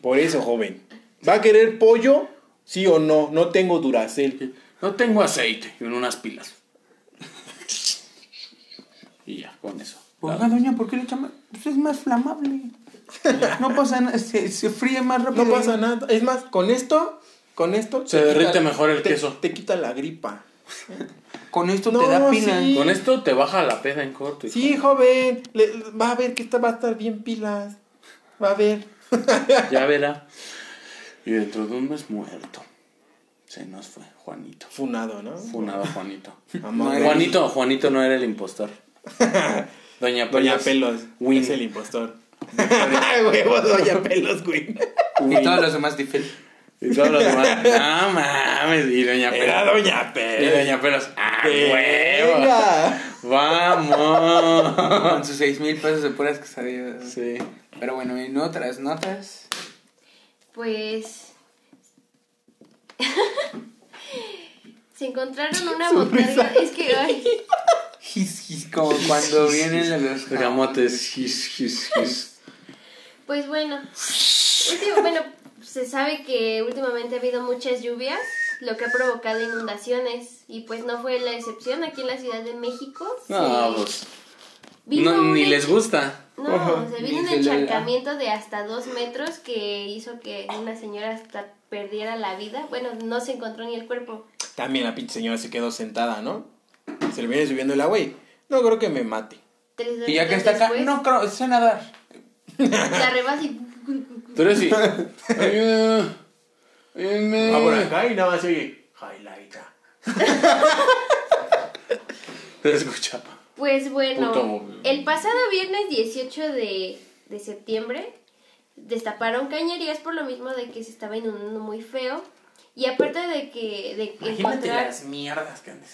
Por eso, joven. ¿Va a querer pollo? Sí o no. No tengo duracel.
No tengo aceite. Y en unas pilas. Y ya, con eso.
Oiga, doña, ¿por qué le echamos? Pues es más flamable. No pasa nada, se, se fríe más rápido.
No pasa nada. Es más, con esto Con esto te
Se derrite
quita-
mejor el
te-
queso.
Te quita la gripa.
Con esto
No,
te da pila.
sí.
Con esto te baja la peda en corto. hijo.
Sí, joven, le- va a ver que esta va a estar bien pilas. Va a ver.
Ya verá. Y dentro de un mes muerto. Se nos fue Juanito.
Funado, ¿no?
Funado Juanito.
Amor.
No era-
Juanito, Juanito no era el impostor. Doña Pelos.
Doña Pelos.
Win.
Es el impostor. Huevo, Doña Pelos, güey.
Y todos los demás diferentes.
Y todos los demás. No mames. Y Doña
Era
Pelos.
Doña
Y
Pelos.
Doña Pelos. ¡Ah, huevo!
Venga.
Con
¡Vamos!
sus seis mil pesos de puras quesadillas.
Sí.
Pero bueno, en otras notas.
Pues. Se encontraron una botarga. Es que, ay,
Gis, gis, como cuando vienen los
Gamotes. Gis, gis, gis.
pues bueno. Último- bueno, se sabe que últimamente ha habido muchas lluvias, lo que ha provocado inundaciones. Y pues no fue la excepción aquí en la Ciudad de México.
No,
se
pues.
vino
no, ni
un-
les gusta.
No,
Ajá.
se vino un
Ni se le-
encharcamiento de hasta dos metros que hizo que una señora hasta perdiera la vida. Bueno, no se encontró ni el cuerpo.
También la pinche señora se quedó sentada, ¿no? Se le viene subiendo el agua y no creo que me mate.
Tres
Y ya que
horas
está acá,
después,
no creo, sé nadar.
La rebasa y...
Tú eres sí. Ayuda. Ayúdame.
Va por acá y nada más se oye. Highlighta.
Te escucha.
Pues bueno,
Puto móvil.
el pasado viernes 18 de, de septiembre destaparon cañerías por lo mismo de que se estaba inundando muy feo. Y aparte de que... De que encontrar-
mierdas que andes.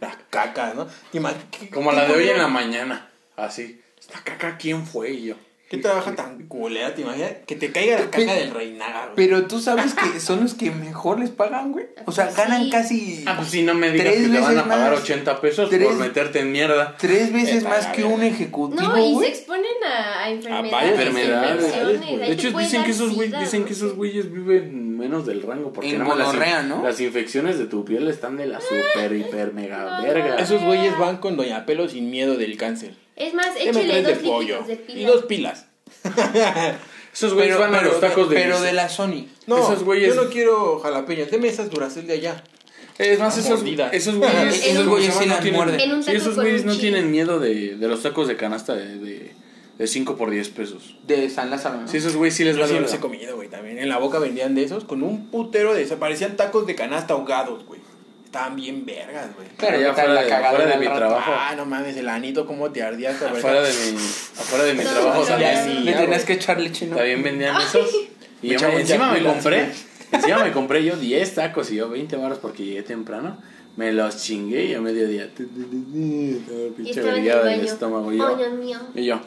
Las cacas, ¿no? Te ima- ¿qué-
Como
qué
la de hoy
culera-
en la mañana. Así. Esta caca, ¿quién fue? Y yo.
¿Qué trabajo tan culera? ¿Te imaginas? Que te caiga la caca
Pero-
del reinaga, güey.
Pero tú sabes que son los que mejor les pagan, güey. O sea,
Sí.
ganan casi
Ah, pues si no me digas
Tres
que te van
veces
a pagar
más.
80 pesos por
Tres-
meterte en mierda.
tres veces
Está
más
la
que
verga.
un ejecutivo,
No, y se
güey.
exponen a, a enfermedades.
varias
Enfermedades.
infecciones. Ahí
De
te
hecho,
puede
dicen
dar
que, esos güey,
sida,
dicen que
pues, no
esos
sé.
güeyes viven menos del rango. Porque
En
nada más las in-
gonorrea, ¿no?
Las infecciones de tu piel están de la super, hiper, mega
No,
verga.
no.
Esos güeyes van con Doña Pelo sin miedo del cáncer.
Es más,
Deme
échale
tres de
dos
pollo
líquidos de
y
pila.
dos pilas.
Esos güeyes van a los tacos de...
pero de la Sony.
No,
Esos güeyes-
yo no quiero jalapeños. Deme esas duracel de allá.
Es más,
Ah,
esos,
mordida.
esos güeyes...
En
esos
un-
güeyes
en
sí
un
no
taco
tienen...
con un
sí, esos
chile.
güeyes no tienen miedo de, de los tacos de canasta de, de, de 5 por 10 pesos.
De San Lázaro, ¿no?
Sí, esos güeyes sí les
Yo
va
sí
a
los he comido, güey, también. En la boca vendían de esos con un putero de... Parecían tacos de canasta ahogados, güey. Estaban bien vergas, güey.
Pero
Allá
ya
fuera
la
de-
cagada
fuera de
al
mi
rato.
trabajo.
Ah, no mames, el anito cómo te ardía hasta
Afuera de mi, afuera de mi
No,
trabajo
no,
también,
no, no.
Le
ya,
tenías
güey,
que echarle chino.
también vendían esos. Y yo
Mucha-
me- Pues, encima
mucha
me
pilas,
compré,
güey.
encima me compré yo 10 tacos y yo 20 baros porque llegué temprano. Me los chingué y a mediodía. tu, tu, tu, tu, todo
Y
Pinche
estaba en
vergueado
el
del
baño.
estómago. Y
Oh,
yo,
Dios mío.
y yo,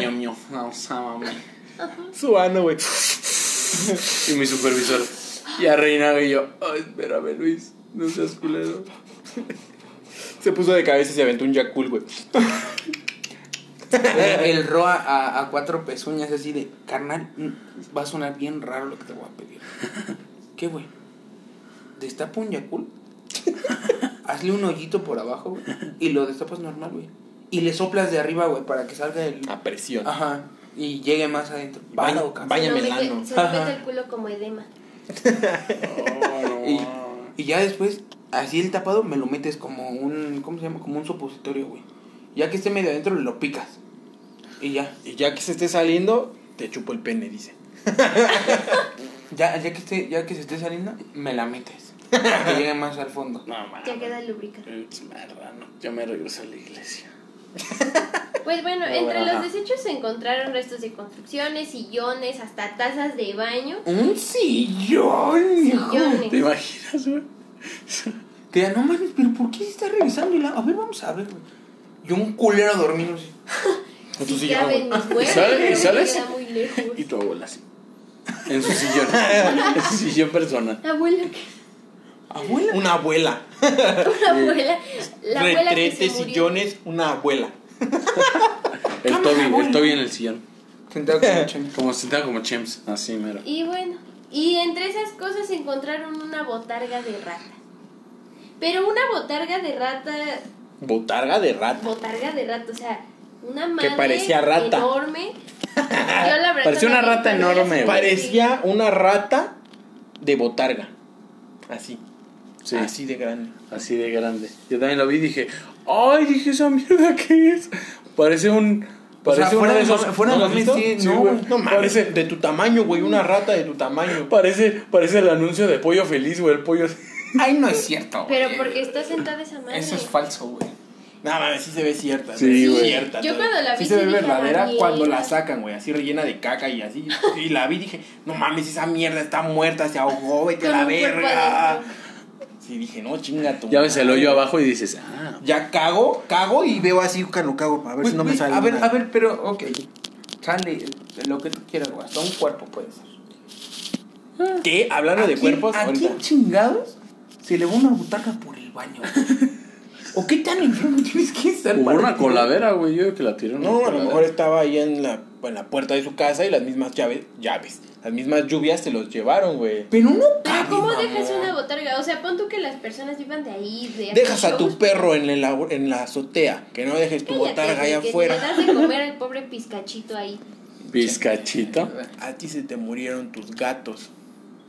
mío, mío, no, sábame.
Su ano, güey.
Y mi supervisor, ya reinaba y yo, ay, espérame, Luis, no seas culero.
Se puso de cabeza y se aventó un Yakul, güey.
El, el roa a, a cuatro pezuñas así de, carnal, mm, va a sonar bien raro lo que te voy a pedir. ¿Qué, güey? Destapa un Yakul. Hazle un hoyito por abajo, güey. Y lo destapas normal, güey. Y le soplas de arriba, güey, para que salga el...
A presión.
Ajá. Y llegue más adentro.
Baña-
Vado, cabrón.
baña- Váyame
Se
el
me que-
ano.
Se me
Ajá.
mete el culo como edema.
Y, y ya después, así el tapado me lo metes como un... ¿Cómo se llama? Como un supositorio, güey. Ya que esté medio adentro, lo picas. Y ya.
Y ya que se esté saliendo, te chupo el pene, dice.
Ya, ya que esté, ya que se esté saliendo, me la metes. Para que llegue más al fondo.
No, mames.
Ya queda lubricante.
Es marrano. Yo me regreso a la iglesia.
Pues bueno,
Ah,
entre
bueno,
los
ajá.
desechos se encontraron restos de construcciones, sillones, hasta tazas de baño.
Un sillón, hijo.
¿Te
Sillones.
imaginas, güey?
Que ya no mames, pero ¿por qué se está revisando? el a- A ver, vamos a ver, güey. Yo un culero dormido así.
Con su
Si
sillón,
caben
güey.
mis muebles,
sale- y
pero me
sales?
queda muy lejos.
Y tu abuela así. En su sillón. en su sillón personal.
Abuela, que-
Abuela.
Una abuela.
una abuela, la abuela que se
Retrete,
murió.
sillones, una abuela.
El Toby, el Toby en el sillón.
Sentado como chen.
Como sentado como Chems. Así, mero.
Y bueno, y entre esas cosas encontraron una botarga de rata. Pero una botarga de rata
Botarga de rata.
botarga de rata, o sea, una
Que
madre
parecía rata.
enorme. Yo la verdad
Parecía una
también
rata
perdí la
enorme, güey.
superficie.
Parecía una rata de botarga. Así.
Sí.
Así de grande.
Así de grande. Yo también lo vi y dije, ay, dije, esa mierda que es. Parece un... Parece uno
sea, fuera
de
de
esos...
mame- fuera de
lo has
mame,
visto?
sí, no,
güey.
No mames.
Parece,
de tu tamaño, güey. Una rata de tu tamaño.
parece, parece el anuncio de Pollo Feliz, güey, el pollo...
Ay, no es cierto.
Pero
güey.
porque está sentada esa madre.
Eso es falso, güey.
No mames, sí se ve cierta.
Sí,
se ve
Sí, güey.
cierta,
Yo
todavía.
cuando la vi
Sí se ve
dije,
verdadera
"Mariela".
cuando la sacan, güey. Así rellena de caca y así. Y la vi y dije, no mames, esa mierda está muerta, se ahogó, vete a
Con
la
un cuerpo
verga.
adentro.
Sí, dije, no, chinga tu.
Ya ves el
madre.
hoyo abajo y dices, ah,
Ya cago, cago y veo así, que lo cago, a ver
Güey,
si no me
güey,
sale.
A ver,
una.
a ver, pero, ok. Sale lo que tú quieras, güey. Hasta un cuerpo puede ser.
¿Qué? Hablando de
¿A quién-
cuerpos,
¿A
ahorita.
quién chingados se le va una butaca por el baño? güey? ¿O qué tan enfermo tienes que estar?
hubo
para-
una coladera, güey, yo creo que la tiré en una
No, a lo
coladera.
mejor estaba ahí en la, en la puerta de su casa y las mismas llaves, llaves, las mismas lluvias se los llevaron, güey.
Pero no
Pero
cabe,
¿cómo
mamón.
dejas una botarga? O sea, pon tú que las personas vivan de ahí. De
Dejas
hacer
a tu
shows.
perro en, el, au- en la azotea, que no dejes tu
Cállate,
botarga
güey,
allá
que Le
afuera.
das de comer al pobre pizcachito ahí.
Pizcachita.
A ti se te murieron tus gatos,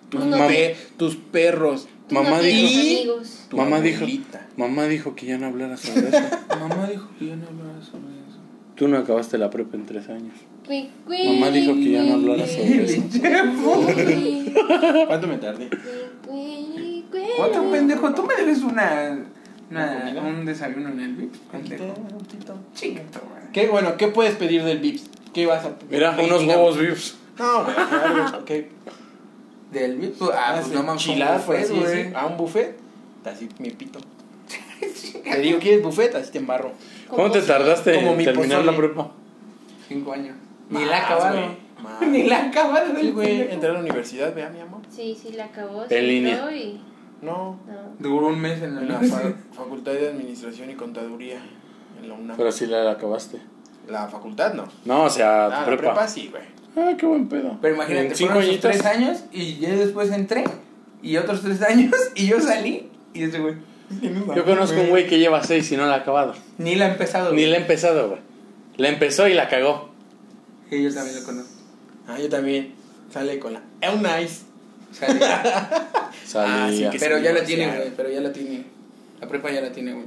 tus,
Uno.
pe- tus perros,
Tú
Mamá
no
dijo-
tienes
Y-
amigos.
tu
mamá
abuelita.
dijo, mamá dijo que ya no hablara sobre eso.
Mamá dijo que yo no hablaba sobre eso.
Tú no acabaste la prepa en tres años.
Cui, cui,
Mamá dijo que ya no hablara
cui,
sobre eso.
cui,
¿Cuánto me tardé?
cui, cui.
Otro pendejo, tú me debes una, una-
¿Comida?
un desayuno en el VIP, pendejo. Chingato, güey.
¿Qué, bueno, ¿qué puedes pedir del Vips? ¿Qué vas a
Mira,
pedir?
unos huevos vivos.
No, güey, algo, ¿qué?
Del VIP, pues, ah, pues no mames.
Enchiladas,
fue,
por
Ah,
así decir, a un buffet, así mi pito. Te digo, ¿quieres buffet? Así te embarro.
Como
¿Cómo te
si-
tardaste
como
en
mi
terminar la
pozole.
prepa?
Cinco años. Ni
Más,
la acabaron.
güey, más.
Ni la acabaron,
Sí,
el
güey,
pendejo.
entré a la universidad, vea, mi amor.
Sí, sí, la acabó.
En línea.
No,
No.
Duró un mes en la
en la
universidad.
fa- Facultad de Administración y Contaduría, en la UNAM.
Pero sí la acabaste.
La facultad no.
No, o sea,
Ah, la
prepa.
prepa sí, güey.
Ah, qué buen pedo.
Pero imagínate,
En cinco
fueron esos
añitos.
tres años y yo después entré y otros tres años y yo salí y ese güey.
Yo conozco un güey que lleva seis y no la ha acabado.
Ni la ha empezado.
Ni
güey.
la ha empezado, güey. La empezó y la cagó.
Sí, yo también lo conozco.
Ah, yo también. Sale con la Eunice.
Salí.
Salía.
Ah, sí, que
pero ya la
sí,
tiene,
sí.
güey. Pero ya la tiene. La prepa ya la tiene, güey.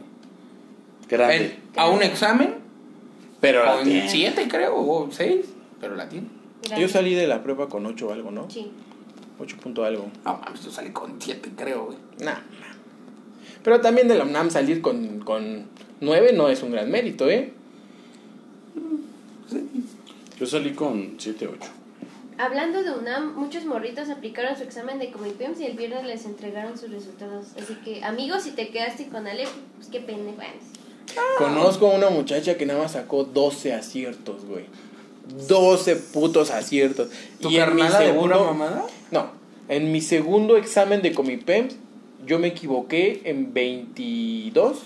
Grande.
En- A un examen,
Pero la
o
tiene.
en siete creo, o seis, pero la tiene.
Yo salí de la prepa con 8 algo, ¿no?
Sí.
8 punto algo.
No mames, yo salí con siete creo, güey.
Nah. Pero también de la UNAM salir con, con 9 no es un gran mérito, ¿eh?
Yo salí con siete, ocho.
Hablando de UNAM, muchos morritos aplicaron su examen de Comipems y el viernes les entregaron sus resultados. Así que, amigos, si te quedaste con Ale, pues qué pendejo. eres.
Ah. Conozco a una muchacha que nada más sacó 12 aciertos, güey. 12 putos aciertos.
¿Tu
en mi
carnala de pura
segundo-
mamada?
No, en mi segundo examen de Comipems, yo me equivoqué en 22.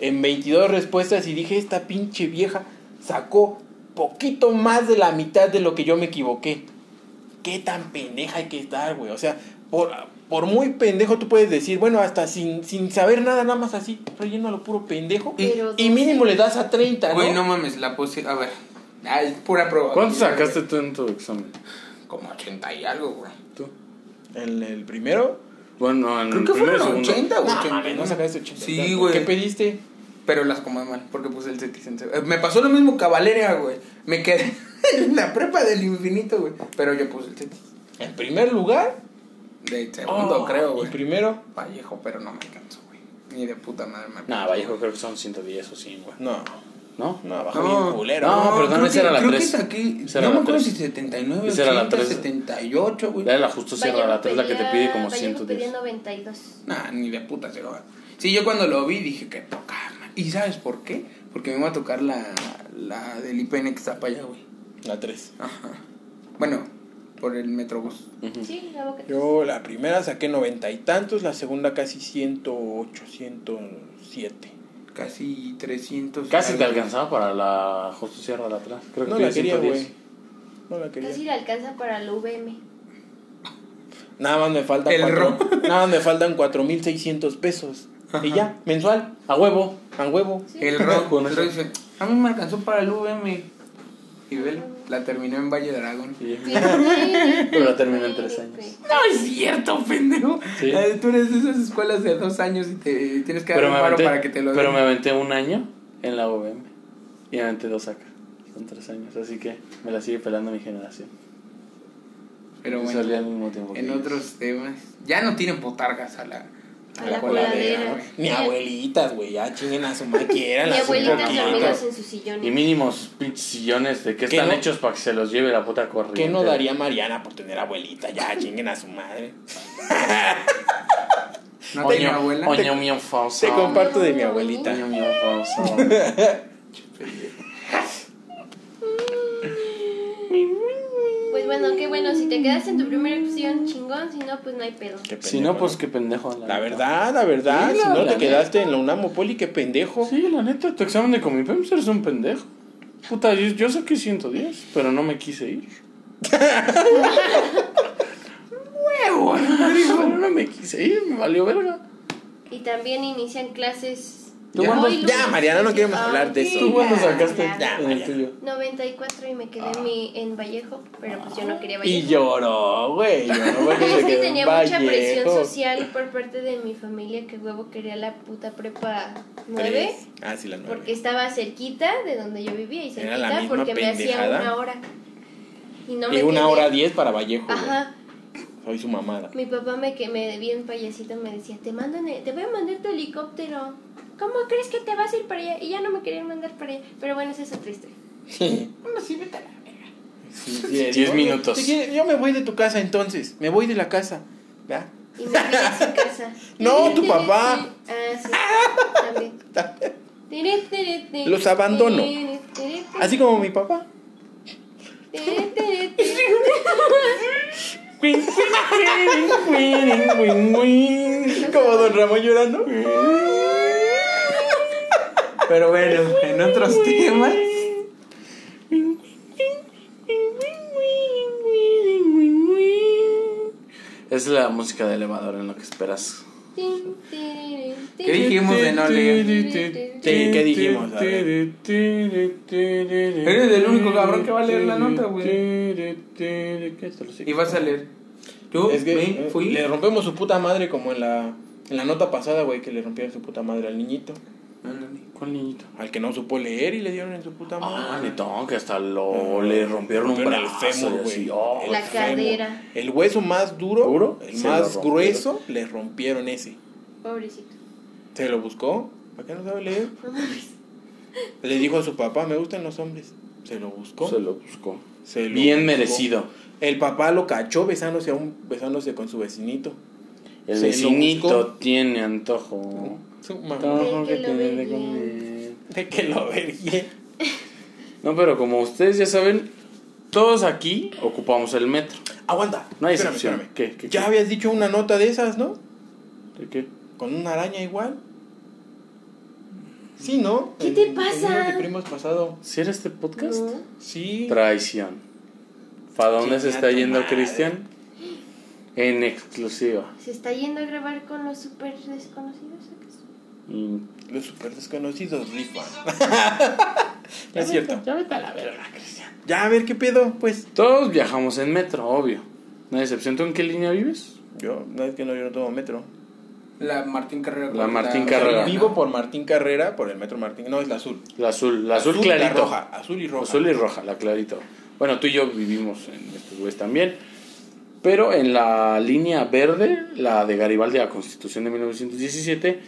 En 22 respuestas y dije, esta pinche vieja sacó poquito más de la mitad de lo que yo me equivoqué. ¿Qué tan pendeja hay que estar, güey? O sea, por, por muy pendejo tú puedes decir, bueno, hasta sin, sin saber nada, nada más así, relleno a lo puro pendejo.
Y-
Pero
Y mínimo le das a 30, ¿no?
Güey, no mames, la puse. A ver. Ah, es pura prueba.
¿Cuánto sacaste tú en tu examen?
Como 80 y algo, güey.
¿Tú?
¿El, el primero?
Bueno, en
Creo
el
que
primero y
fueron
segundo.
80 o
No,
80.
mames, no sacaste 80.
Sí,
¿Qué
güey.
pediste?
Pero las acomodé mal, porque puse el Cetis en segundo. Eh, Me pasó lo mismo que a Valeria, güey. Me quedé en la prepa del infinito, güey. Pero yo puse el Cetis.
¿En primer lugar?
De segundo,
Oh,
creo,
¿Y
güey.
primero?
Vallejo, pero no me alcanzó, güey. Ni de puta madre me
Nah,
alcanzó.
Vallejo creo que son 110 o 100, güey.
No,
¿No?
no, bajó bien
No,
culero.
No, perdón,
creo
esa
que-
era la
creo que
tres.
saqué-
Esa era
no
la
me acuerdo
tres.
si 79,
Esa era la
80,
tres.
78, güey.
La de la justo cierra, la 3 la que te
pedía-
pide como
Vallejo
110.
pedía 92.
Nah, ni de puta se va. Sí, yo cuando lo vi dije que poca madre. ¿Y sabes por qué? Porque me iba a tocar la, la del IPN que está para allá, güey.
La 3.
Ajá. Bueno, por el Metrobús.
Ujú.
Sí, la boca.
Yo la primera saqué noventa y tantos, la segunda casi 108, 107.
Casi 300.
Casi
algo.
te alcanzaba para la justo cierra la atrás. Creo que
No
pide
la quería,
110.
güey. No la
Casi
quería.
le alcanza para la VM.
Nada más me faltan
El
cuatro, nada más me faltan 4600 pesos. Y ya, mensual,
A huevo.
a huevo.
Sí.
El
Con
rock.
eso.
dice, a mí me alcanzó para el VM. Y velo. La terminó en Valle de Aragón.
Pero
Pero
la terminé en tres años.
No es cierto, pendejo.
Sí.
Eh, Tú eres de esas escuelas de dos años y te y tienes que dar
Pero
un
me,
paro
aventé,
para que te lo
pero
den.
me aventé un año en la OVM. Y me aventé dos acá. Son tres años. Así que me la sigue pelando mi generación.
Pero
Yo
bueno,
salí al mismo tiempo. que
en
ellos.
otros temas. Ya no tienen botargas a la,
A la coladera.
güey.
Ni abuelitas, güey. Ya chinguen a su madre. Quieran
Mi
a su
abuelita
poquito.
dormidas en su sillón.
Y mínimos pinches sillones de que
¿Qué
están
no?
hechos para que se los lleve la puta corriente.
¿Qué no daría Mariana por tener abuelita? Ya chinguen a su madre.
¿No
Oño-
tenía abuela?
Oño mi enfonso.
Te comparto de mi abuelita.
Oño mi enfonso.
Pues bueno, qué bueno. Si te quedas en tu primera opción, chingón. Si no, pues no hay pedo.
Qué pendejo,
Si no, pues qué pendejo.
La
neta.
verdad, la verdad.
Sí,
si
la-
no
la
te quedaste en la UNAMOPOLI, qué pendejo.
Pues Sí, la neta, tu examen de Comipem eres un pendejo. Puta, yo, yo saqué 110, pero no me quise ir. Huevo, no, no me quise ir, me valió verga.
Y también inician clases.
¿Tú
Ya,
cuándo-
hoy
ya,
lunes.
Mariana, no queremos hablar de eso.
¿Tú cuándo sacaste
ya,
ya,
en el
ya.
tuyo?
94 y me quedé en, mi, en Vallejo, pero pues yo no quería
Y
Vallejo.
lloró, güey. Lloró porque
es
se
que
quedó en
tenía mucha presión
Vallejo.
social por parte de mi familia que huevo quería la puta prepa 9
Tres. Ah, sí, la nueve.
porque estaba cerquita de donde yo vivía y
Era la
cerquita
misma
porque me hacía
pendejada.
una hora. Y no me
y una
quedé.
hora diez para Vallejo, güey.
Ajá.
Soy su mamada.
Mi papá me que me bien payasito me decía, "Te mandan el- te voy a mandar tu helicóptero. ¿Cómo crees que te vas a ir para allá?" Y ya no me querían mandar para allá, pero bueno, esa es otra historia.
Sí, sí, le
Diez
digo,
minutos.
"Oye, si quieres, Yo me voy de tu casa entonces. Me voy de la casa. ¿Ya?
Y me fui a su casa.
No, tu papá.
Ah, sí. También. Tiri, tiri, tiri,
Los abandono. Ah,
tiri, tiri,
Así como mi papá.
tiri, tiri, tiri.
Como Don Ramón llorando.
Pero bueno, en otros temas.
Es la música de elevador en lo que esperas.
Tin, tiri,
¿Qué
tiri.
dijimos de no leer?
Sí,
¿qué dijimos? A ver.
Eres
el único cabrón que va a leer la nota, güey. Y vas a leer. Yo
Es que
me
eh,
fui.
le rompemos su puta madre como en la, en la nota pasada, güey, que le rompieron su puta madre al niñito.
Ándale.
¿Cuál niñito?
Al que no supo leer y le dieron en su puta madre.
Ah, Nitón, que hasta lo, le rompieron un
Rompieron el
brazo.
fémur,
y así,
güey.
oh,
El
La
fémur.
cadera.
El hueso más duro,
¿Duro?
el
Se lo
más
rompieron.
grueso, le rompieron ese.
Pobrecito.
Se lo buscó. ¿Para qué no sabe leer? Le dijo a su papá, me gustan los hombres. Se lo buscó.
Se lo buscó.
Se lo
Bien
buscó.
merecido.
El papá lo cachó besándose, a un, besándose con su vecinito.
El
Se lo
vecinito
buscó.
tiene antojo.
Su mamá.
Antojo
De que
que
lo
tiene de
ve bien.
comer.
De que lo vería.
No, pero como ustedes ya saben, todos aquí ocupamos el metro.
Aguanta.
No hay
espérame,
excepción.
espérame.
¿Qué, qué,
Ya
qué?
habías dicho una nota de esas, ¿no?
¿De qué?
Con una araña
Mm.
igual. Sí, ¿no?
¿Qué
En-
te
en
pasa?
uno de primos pasado.
¿Si era este podcast?
No.
Sí.
Traición. ¿Para dónde
Chinga
se está
tu
yendo
madre.
Cristian? En exclusiva.
¿Se está yendo a grabar con los super desconocidos? acaso?
Mm,
Los super desconocidos rifan. No es cierto.
Ya vete a la verga, Cristian.
Ya, a ver qué pedo, pues.
Todos viajamos en metro, obvio. No hay excepción. ¿Tú en qué línea vives?
Yo, no es que no, yo no tomo metro.
La Martín Carrera.
La Martín
O sea,
Carrera.
Vivo por Martín Carrera, por el metro Martín. No, es la azul.
La azul, la azul,
y la
clarito.
roja. Azul y roja.
Azul y roja, la clarito. Bueno, tú y yo vivimos en estos güeyes también. Pero en la línea verde, la de Garibaldi, la constitución de 1917,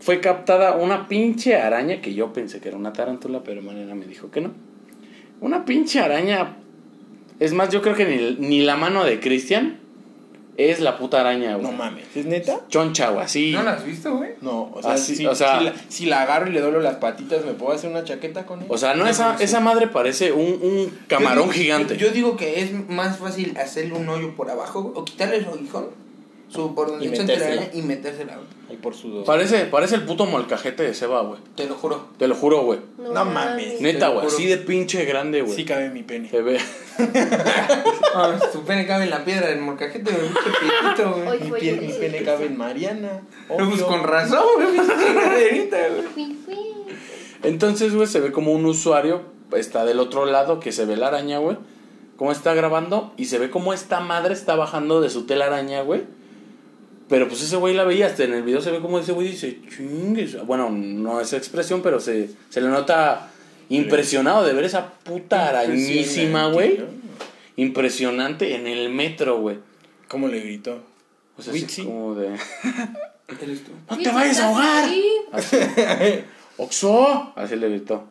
fue captada una pinche araña que yo pensé que era una tarántula, pero Mariana me dijo que no. Una pinche araña. Es más, yo creo que ni, ni la mano de Cristian es la puta araña, güey.
No mames. ¿Es neta?
Choncha, güey, así.
¿No la has visto, güey?
No, o sea,
Así,
si,
o sea-
si la, si la agarro y le doblo las patitas, ¿me puedo hacer una chaqueta con ella?
O sea, no, esa, esa madre parece un, un camarón
Yo digo-
gigante.
Yo digo que es más fácil hacerle un hoyo por abajo o quitarle el aguijón, su por donde
Y
echa entre la
metérsela.
araña y metérsela. güey.
Ahí por su dos.
Parece, parece el puto molcajete de Seba, güey.
Te lo juro.
Te lo juro, güey.
No mames.
Neta,
Te lo
güey.
juro.
Así de pinche grande, güey.
Sí cabe mi pene.
Se ve.
Ah, su pene cabe en la piedra del morcajete, güey. pinche pitito, güey.
Hoy
Mi,
fue
pie-
yo
mi
que hice
pene
el
cabe en Mariana.
No, pues
obvio.
con razón, güey. pinche chingaderita, güey.
Fui, fui.
Entonces, güey, se ve como un usuario está del otro lado que se ve la araña, güey. Cómo está grabando y se ve cómo esta madre está bajando de su telaraña, güey. Pero pues ese güey la veía, hasta en el video se ve como ese güey dice, chingues. Bueno, no es expresión, pero se, se le nota impresionado de ver esa puta arañísima, güey. Impresionante en el metro, güey.
¿Cómo le gritó?
O sea, así
Wichi.
como de...
Eres tú.
¡No te vayas a ahogar! ¡Oxo! Así le gritó.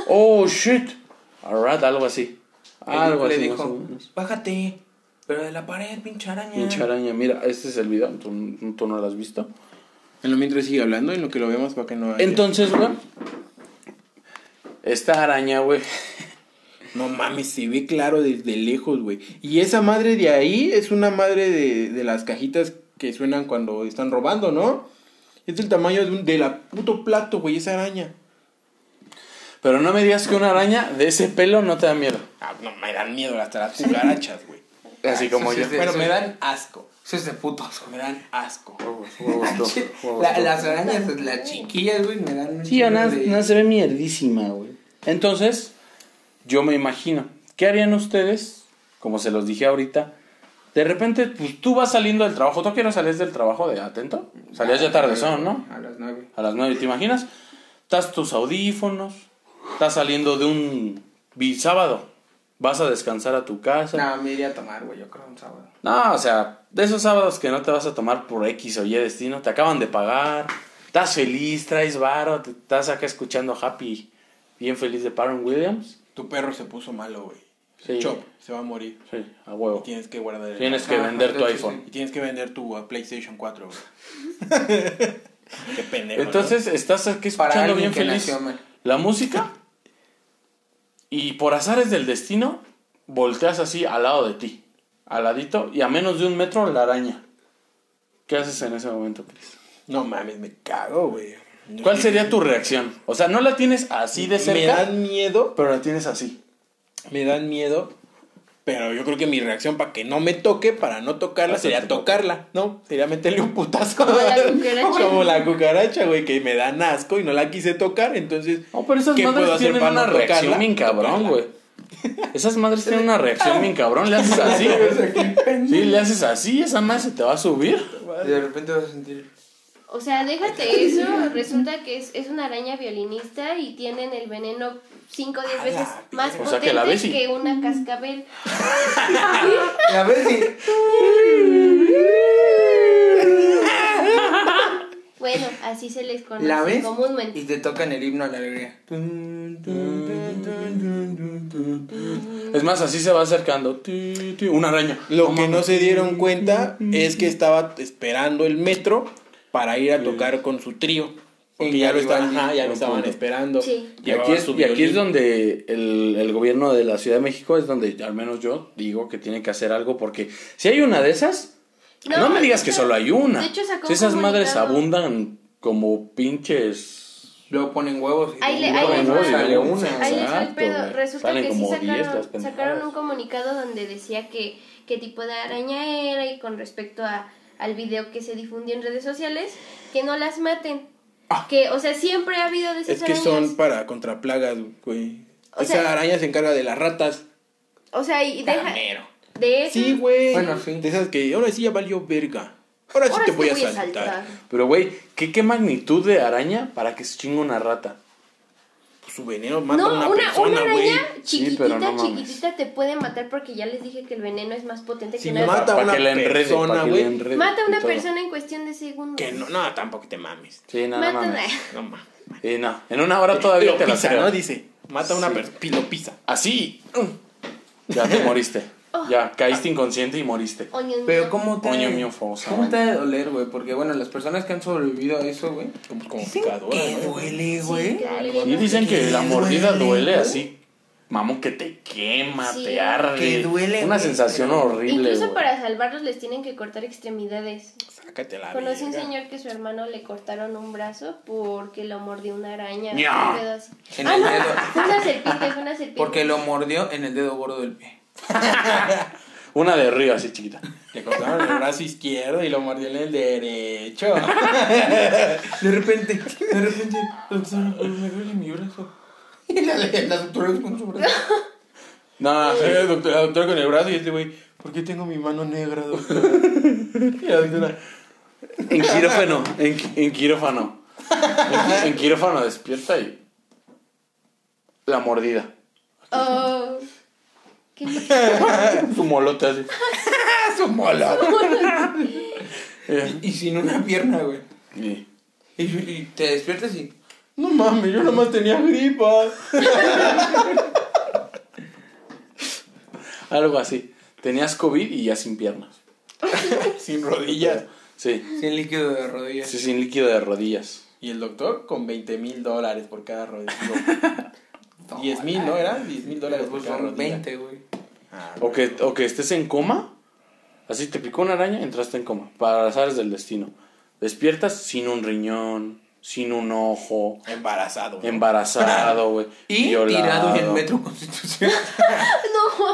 ¡Oh, shit! Alright, algo así. Algo
le
así. más o
dijo,
menos.
bájate, pero de la pared, pinche araña.
Pinche araña, mira, este es el video, tú, tú no lo has visto.
En lo mientras sigue hablando, en lo que lo vemos para que no
Ah,
haya-
Entonces, güey, esta araña, güey,
No mames, se ve claro desde lejos, güey. Y esa madre de ahí es una madre de, de las cajitas que suenan cuando están robando, ¿no? Es del tamaño de, un, de la puto plato, güey, esa araña.
pero no me digas que una araña de ese pelo no te da miedo.
Ah, no, me dan miedo hasta las cucarachas, güey.
Así como
Ah, sí
yo.
es de-
Bueno,
eso
me
es-
dan asco,
Eso es de putos,
me
güey. Ah,
dan asco.
Huevos, huevos, tú, huevos,
La-
tú.
las arañas, las chiquillas, güey, me dan un
Sí,
chingo
Ana,
de-
Ana se ve mierdísima, güey. Entonces, yo me imagino, ¿qué harían ustedes? Como se los dije ahorita, de repente, pues tú vas saliendo del trabajo, ¿tú quieres salir del trabajo de atento? Salías
Ah,
ya tardezón, ¿no?
A las nueve.
A las nueve, ¿te imaginas? Estás tus audífonos, estás saliendo de un bi- sábado, vas a descansar a tu casa.
No, me iría a tomar, güey, yo creo un sábado.
No. o sea, de esos sábados que no te vas a tomar por X o Y destino, te acaban de pagar, estás feliz, traes varo, te- estás acá escuchando Happy, bien feliz de Paron Williams.
Tu perro se puso malo, güey.
Sí.
Chop, se va a morir.
Sí, a huevo.
Tienes que guardar el...
Tienes que
Ah,
vender tu
entonces,
iPhone.
Y tienes que vender tu uh, PlayStation 4, güey. Qué pendejo. ¿no?
Entonces estás aquí
Para
escuchando
alguien
bien
que
feliz
nació mal.
la música y por azares del destino volteas así al lado de ti, al ladito y a menos de un metro la araña. ¿Qué haces en ese momento, Chris?
No mames, me cago, güey.
¿Cuál sería tu reacción? O sea, no la tienes así de
Me
cerca,
dan miedo,
pero la tienes así.
me dan miedo, pero yo creo que mi reacción para que no me toque, para no tocarla,
Hacerte
sería
poco.
tocarla, ¿no? Sería meterle un putazo.
Como la cucaracha.
Como la cucaracha, güey, que me dan asco y no la quise tocar, entonces...
No, pero esas
¿qué puedo
madres
hacer
tienen
para
una
no tocarla?
reacción bien cabrón,
Tocarla.
güey. Esas madres tienen una reacción bien cabrón, le haces así. Sí, le haces así, esa madre se te va a subir.
Y de repente vas a sentir.
O sea, déjate eso. Resulta que es, es una araña violinista y tienen el veneno 5 o 10 veces más
O
potente
sea, que la ves y-
que una cascabel.
Y a ver si.
Bueno, así se les conoce
La ves
comúnmente.
y te tocan el himno a la alegría.
Es más, así se va acercando. Ti, ti, Una araña.
Lo que no Mm, se dieron cuenta es que estaba esperando el metro para ir a tocar con su trío. Porque
Y
ya lo
Garibaldi.
estaban, ajá, ya lo
Buen
estaban
punto.
esperando.
Sí.
Y aquí,
Llevaba
es,
su
y aquí es
violín.
donde el, el gobierno de la Ciudad de México es donde al menos yo digo que tiene que hacer algo porque si hay una de esas, no, me digas que solo hay una.
De hecho, sacó
si
un
esas madres
comunicado.
abundan como pinches...
Luego ponen huevos y
Ahí le-
luego
ahí le va.
sale una.
Ahí les va el
Exacto,
pedo.
güey.
Resulta
Salen
que sí
como 10 las
sacaron,
pendejadas.
sacaron un comunicado donde decía que qué tipo de araña era y con respecto a, al video que se difundió en redes sociales, que no las maten. Que, o sea, siempre ha habido de esas
Es que
arañas.
son para contraplagas, güey.
O
Esa
sea-
araña se encarga de las ratas.
O sea, y deja.
Camero.
De eso.
Sí, güey.
Bueno, sí.
De esas que ahora sí ya valió verga. Ahora sí
Ahora
te
sí
voy a saltar.
Pero güey, ¿qué, ¿qué magnitud de araña para que se chingue una rata?
Pues su veneno mata
No,
a una,
una, una
persona, güey.
araña
Sí,
chiquitita,
pero no mames.
chiquitita te puede matar porque ya les dije que el veneno es más potente
Si
que una
mata a
Para
una
que la enrede,
persona,
para que la
güey.
enrede
Mata a
y
una
todo.
persona en cuestión de segundos.
Que no, no, tampoco te mames.
Sí, no, no
Mata
mames.
No mames.
Y no, en una hora todavía
lo
te la
pisa,
creo.
¿no? Dice. Mata a una
Sí.
persona. Lo pisa.
Así.
"Mm".
Ya te moriste.
Oh.
Ya caíste inconsciente y moriste.
Oño,
Pero
no.
cómo te.
Coño mío, fosa,
¿Cómo te ha de doler, güey? Porque bueno, las personas que han sobrevivido a eso, güey.
Como,
Oh.
como
dicen
picadora,
que
¿no?
duele,
Sí,
güey.
que duele
Y
bien.
dicen que la
¿Qué
mordida
duele,
duele
güey?
así. Mamón, que te quema,
Sí.
te arde.
Que duele,
Una
güey,
sensación
pero-
horrible.
Incluso
güey.
para salvarlos les tienen que cortar extremidades.
Sácate la
Conocí un
verga.
señor que su hermano le cortaron un brazo porque lo mordió una araña.
¡Nya!
un pedo así.
En
Ah,
el
no,
dedo.
fue una serpiente, fue una serpiente.
Porque lo mordió en el dedo gordo del pie.
Una de río así chiquita.
Le cortaron el brazo izquierdo y lo mordió en el derecho.
De repente, de repente, doctora, me duele mi brazo. la, la doctora con su brazo.
No, sí, la doctora, Eh, la doctora con el brazo y este güey, ¿por qué tengo mi mano negra, doctora? Y la doctora,
En quirófano, en, qui- en quirófano. En, qui- en quirófano despierta y. La mordida.
Oh. Qué
Tu molote así.
¡Ah, su mola!
eh,
Y sin una pierna, güey.
Y-
Y, y te despiertas y.
no mames, yo nomás tenía gripa.
Algo así. Tenías COVID y ya sin piernas.
Sin rodillas.
Sí.
Sin líquido de rodillas.
Sí, sin líquido de rodillas.
Y el doctor con 20 mil dólares por cada rodilla. No, 10 mil, ¿no? Era 10 mil dólares por
Pues
cada
son
rodilla.
20, güey.
Ah,
O que, o que estés en coma. Así te picó una araña, entraste en coma. Para las áreas del destino. Despiertas sin un riñón, sin un ojo,
Embarazado. ¿no?
embarazado, güey.
Y
violado.
tirado en el metro Constitución.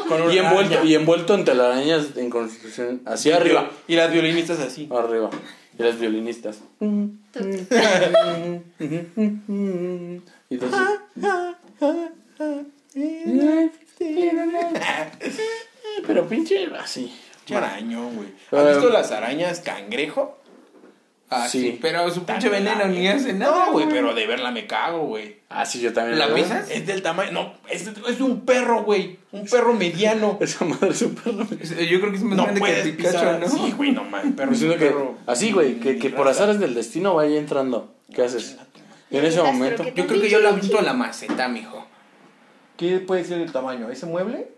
Con una
Y
Ah,
envuelto,
araña.
y envuelto en telarañas en constitución. Así arriba.
Y las violinistas así.
Arriba. Y las violinistas.
Toc.
Y entonces, pero pinche así.
Qué arañón, güey.
Eh,
¿Has visto las arañas cangrejo?
Ah, sí.
Sí.
Pero su pinche veneno ni hace nada,
No, Ah, güey, pero de verla me cago, güey.
Ah, sí, yo también.
¿La
¿verdad?
pizza?
Es del tamaño. No, es, es un perro, güey. Un perro mediano.
Esa madre es un perro.
Yo creo que es más
No
grande que
puedes
el Pikachu,
pisar.
¿no?
Sí, güey, no mames. Perro, es un
Diciendo que,
perro.
así, güey, que, que por azares del destino vaya entrando. ¿Qué haces? Y en ese
Estás
momento.
croqueta.
Yo creo que yo lo aviento a la maceta, mijo.
¿Qué puede ser el tamaño? ¿Ese mueble?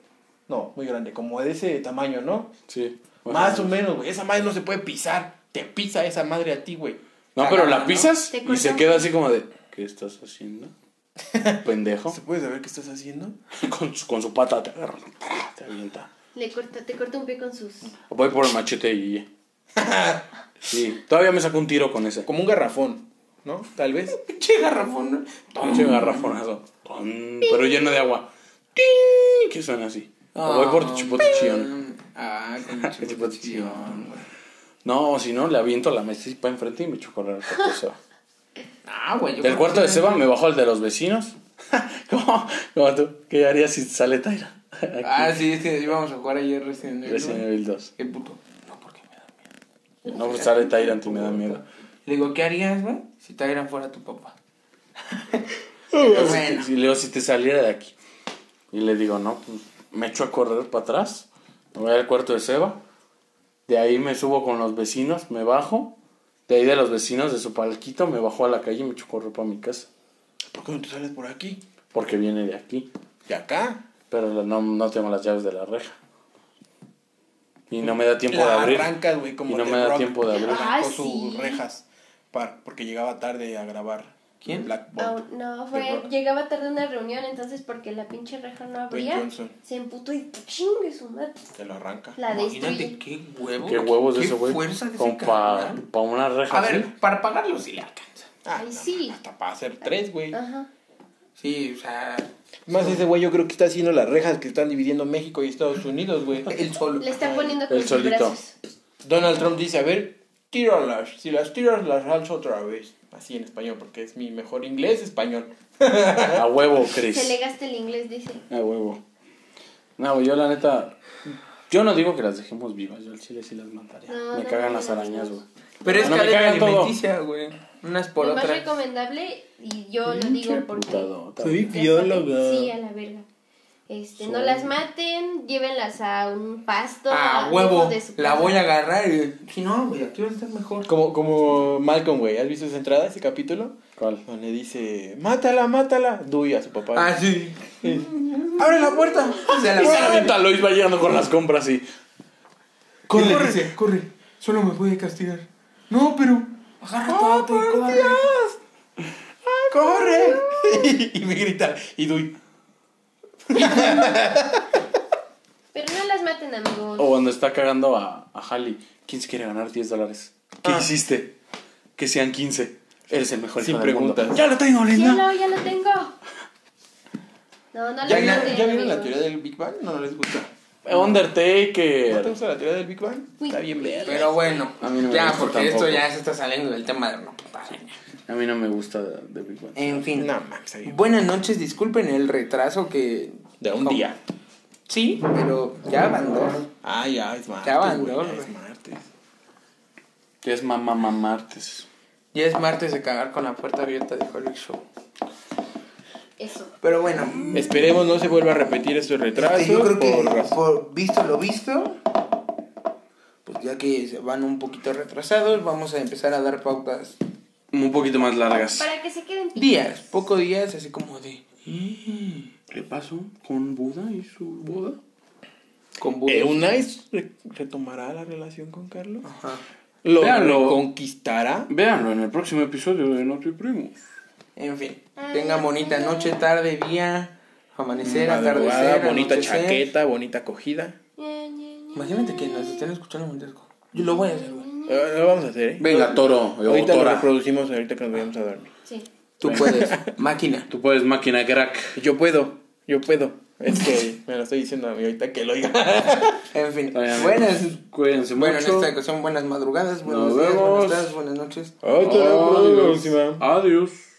No, muy grande. Como de ese tamaño, ¿no?
Sí.
Más o menos, güey. Esa madre no se puede pisar. Te pisa esa madre a ti, güey.
No, pero la pisas
Te
y se
cortan.
queda así como de. ¿Qué estás haciendo? Pendejo.
¿Se puede saber qué estás haciendo?
Con su, con su pata te agarra. Te avienta.
Le corta, te corta un pie con sus.
Voy por el machete y. Sí, todavía me sacó un tiro con ese.
Como un garrafón, ¿no? Tal vez.
Pinche garrafón. ¿no?
Pinche garrafonazo. Tom, Pero lleno de agua. Ting, Que suena así. O voy por tu chipotichillón.
Ah, con el
El
chipotichillón.
chipotichillón, güey. No, o si no, le aviento la mesita para enfrente y me echo a correr al cuarto de Seba.
Ah, güey. yo
Del
creo
cuarto
que
de
sí.
Seba me bajo al de los vecinos. ¿Cómo? ¿Cómo tú? ¿Qué harías si sale Taira? Aquí,
Ah, sí, es que íbamos a jugar ayer Resident Evil.
Resident Evil 2.
Qué puto. No, porque me da miedo.
No, pues sale Taira, antes me da miedo.
Le digo, ¿qué harías, güey? Si Tyran fuera tu papá. bueno.
Y Leo, si te saliera de aquí. Y le digo, no, pues me echo a correr para atrás. Me voy al cuarto de Seba. De ahí me subo con los vecinos, me bajo. De ahí de los vecinos de su palquito me bajo a la calle y me echo a correr para mi casa.
¿Por qué no te sales por aquí?
Porque viene de aquí.
¿De acá?
Pero no, no tengo las llaves de la reja. Y no me da tiempo de
La
abrir.
arrancas, güey, como
Y no
The
me da
Rock.
tiempo de abrir.
Ah,
Arrancó sus
sí.
rejas para, porque llegaba tarde a grabar.
¿Quién?
Black Bolt.
Oh, no, fue.
The Rock.
Llegaba tarde a una reunión, entonces porque la pinche reja no abría.
Johnson.
Se emputó y chingue su madre.
Te lo arranca.
La
Imagínate
destruye.
qué huevo.
Qué huevos de
qué
ese güey.
fuerza de ese
Como para
cabrón.
una reja.
A
así.
ver, para pagarlo sí le alcanza.
Ah,
Ay,
no,
sí.
Hasta para hacer tres, güey.
Ajá.
Sí, o sea.
Más ese güey yo creo que está haciendo las rejas que están dividiendo México y Estados Unidos, güey.
El solo.
Le está poniendo con
El
sus
solito.
brazos.
Donald Trump dice, a ver, tíralas. Si las tiras, las alzo otra vez. Así en español, porque es mi mejor inglés español.
A huevo, Chris.
Se le gasta el inglés, dice.
A huevo. No, güey, yo la neta. Yo no digo que las dejemos vivas, yo al chile sí las mataría.
No,
me
no,
cagan
no,
las
no,
arañas,
no.
güey.
Pero es
Bueno, me
cadena
cagan todo.
alimenticia, güey. Unas por
lo más
otras.
recomendable, y yo lo digo porque.
Putadota,
Soy
güey.
ya
bióloga.
saben, Sí, a la verga. Este, no las maten, llévenlas a un pasto.
Ah,
a
huevo.
lejos de su
La
casa.
voy a agarrar y. Si no, güey, aquí va a estar mejor.
Como, como Malcolm, güey. ¿Has visto esa entrada, ese capítulo?
¿Cuál?
Donde dice, mátala, mátala. Dui a su papá.
Ah, sí. Abre la puerta. Se la
Y se
voy a
la avienta, Lois va llegando con las compras y.
Corre, corre, corre. Solo me puede castigar. No, pero. Agarra todo tu corre.
¡Corre! y me grita, y doy.
Pero no las maten, amigos.
O cuando oh, está cagando a, a Halley. ¿Quién se quiere ganar 10 dólares? ¿Qué
Ah.
hiciste? Que sean 15. Eres el mejor hijo
Sin
del mundo.
preguntas.
Ya lo tengo, Linda.
Cielo, ya lo tengo. No, no
¿Ya,
las
ya-
maten,
ya vieron la
amigos.
teoría del Big Bang? No les gusta. ¿No te
Undertaker.
gusta la teoría del Big Bang?
Uy.
Está bien verga.
Pero bueno,
A mí no me
ya,
gusta
porque
tampoco.
esto ya se está saliendo del tema de una puta araña.
A mí no me gusta The Big Bang.
En fin.
No, mames, está bien.
Buenas noches, disculpen el retraso que...
De un
como-
día.
Sí, pero ya van dos.
Ah, ya, es martes.
Ya van
güey,
dos,
ya es
güey.
martes.
Que es mamá martes.
Ya es martes de cagar con la puerta abierta, dijo Luis Show.
Eso.
Pero bueno,
Esperemos no se vuelva a repetir estos retrasos.
este, yo creo que
por
por,
razón-
visto lo visto, pues ya que se van un poquito retrasados, vamos a empezar a dar pautas
Un poquito más largas.
Para que se queden picados.
días, poco días, así como de
¿Qué pasó con Buda y su boda?
con
Eh,
burros.
¿Unais re- retomará la relación con Carlos?
Ajá.
¿Lo
Véanlo.
conquistará?
Véanlo en el próximo episodio de No Te Primo.
En fin, tengan bonita noche, tarde, día, amanecer,
Madrugada,
atardecer,
bonita
anochecer.
chaqueta, bonita acogida.
Ña, Ña, Ña.
Imagínate que nos estén escuchando en un disco. Yo lo voy a hacer, güey.
Eh, lo vamos a hacer, ¿eh?
Venga, toro.
Ahorita lo
tora.
reproducimos, eh. ahorita que nos vayamos a dormir.
Sí.
Tú puedes, máquina.
Tú puedes, máquina crack.
Yo puedo, yo puedo. Es que me lo estoy diciendo a mí ahorita que lo oiga.
En fin,
Bien.
buenas.
Cuídense
Bueno, en este
mucho.
esta ocasión, buenas madrugadas, buenos
Nos
días,
vemos.
buenas tardes, buenas noches.
Hasta la próxima.
Adiós.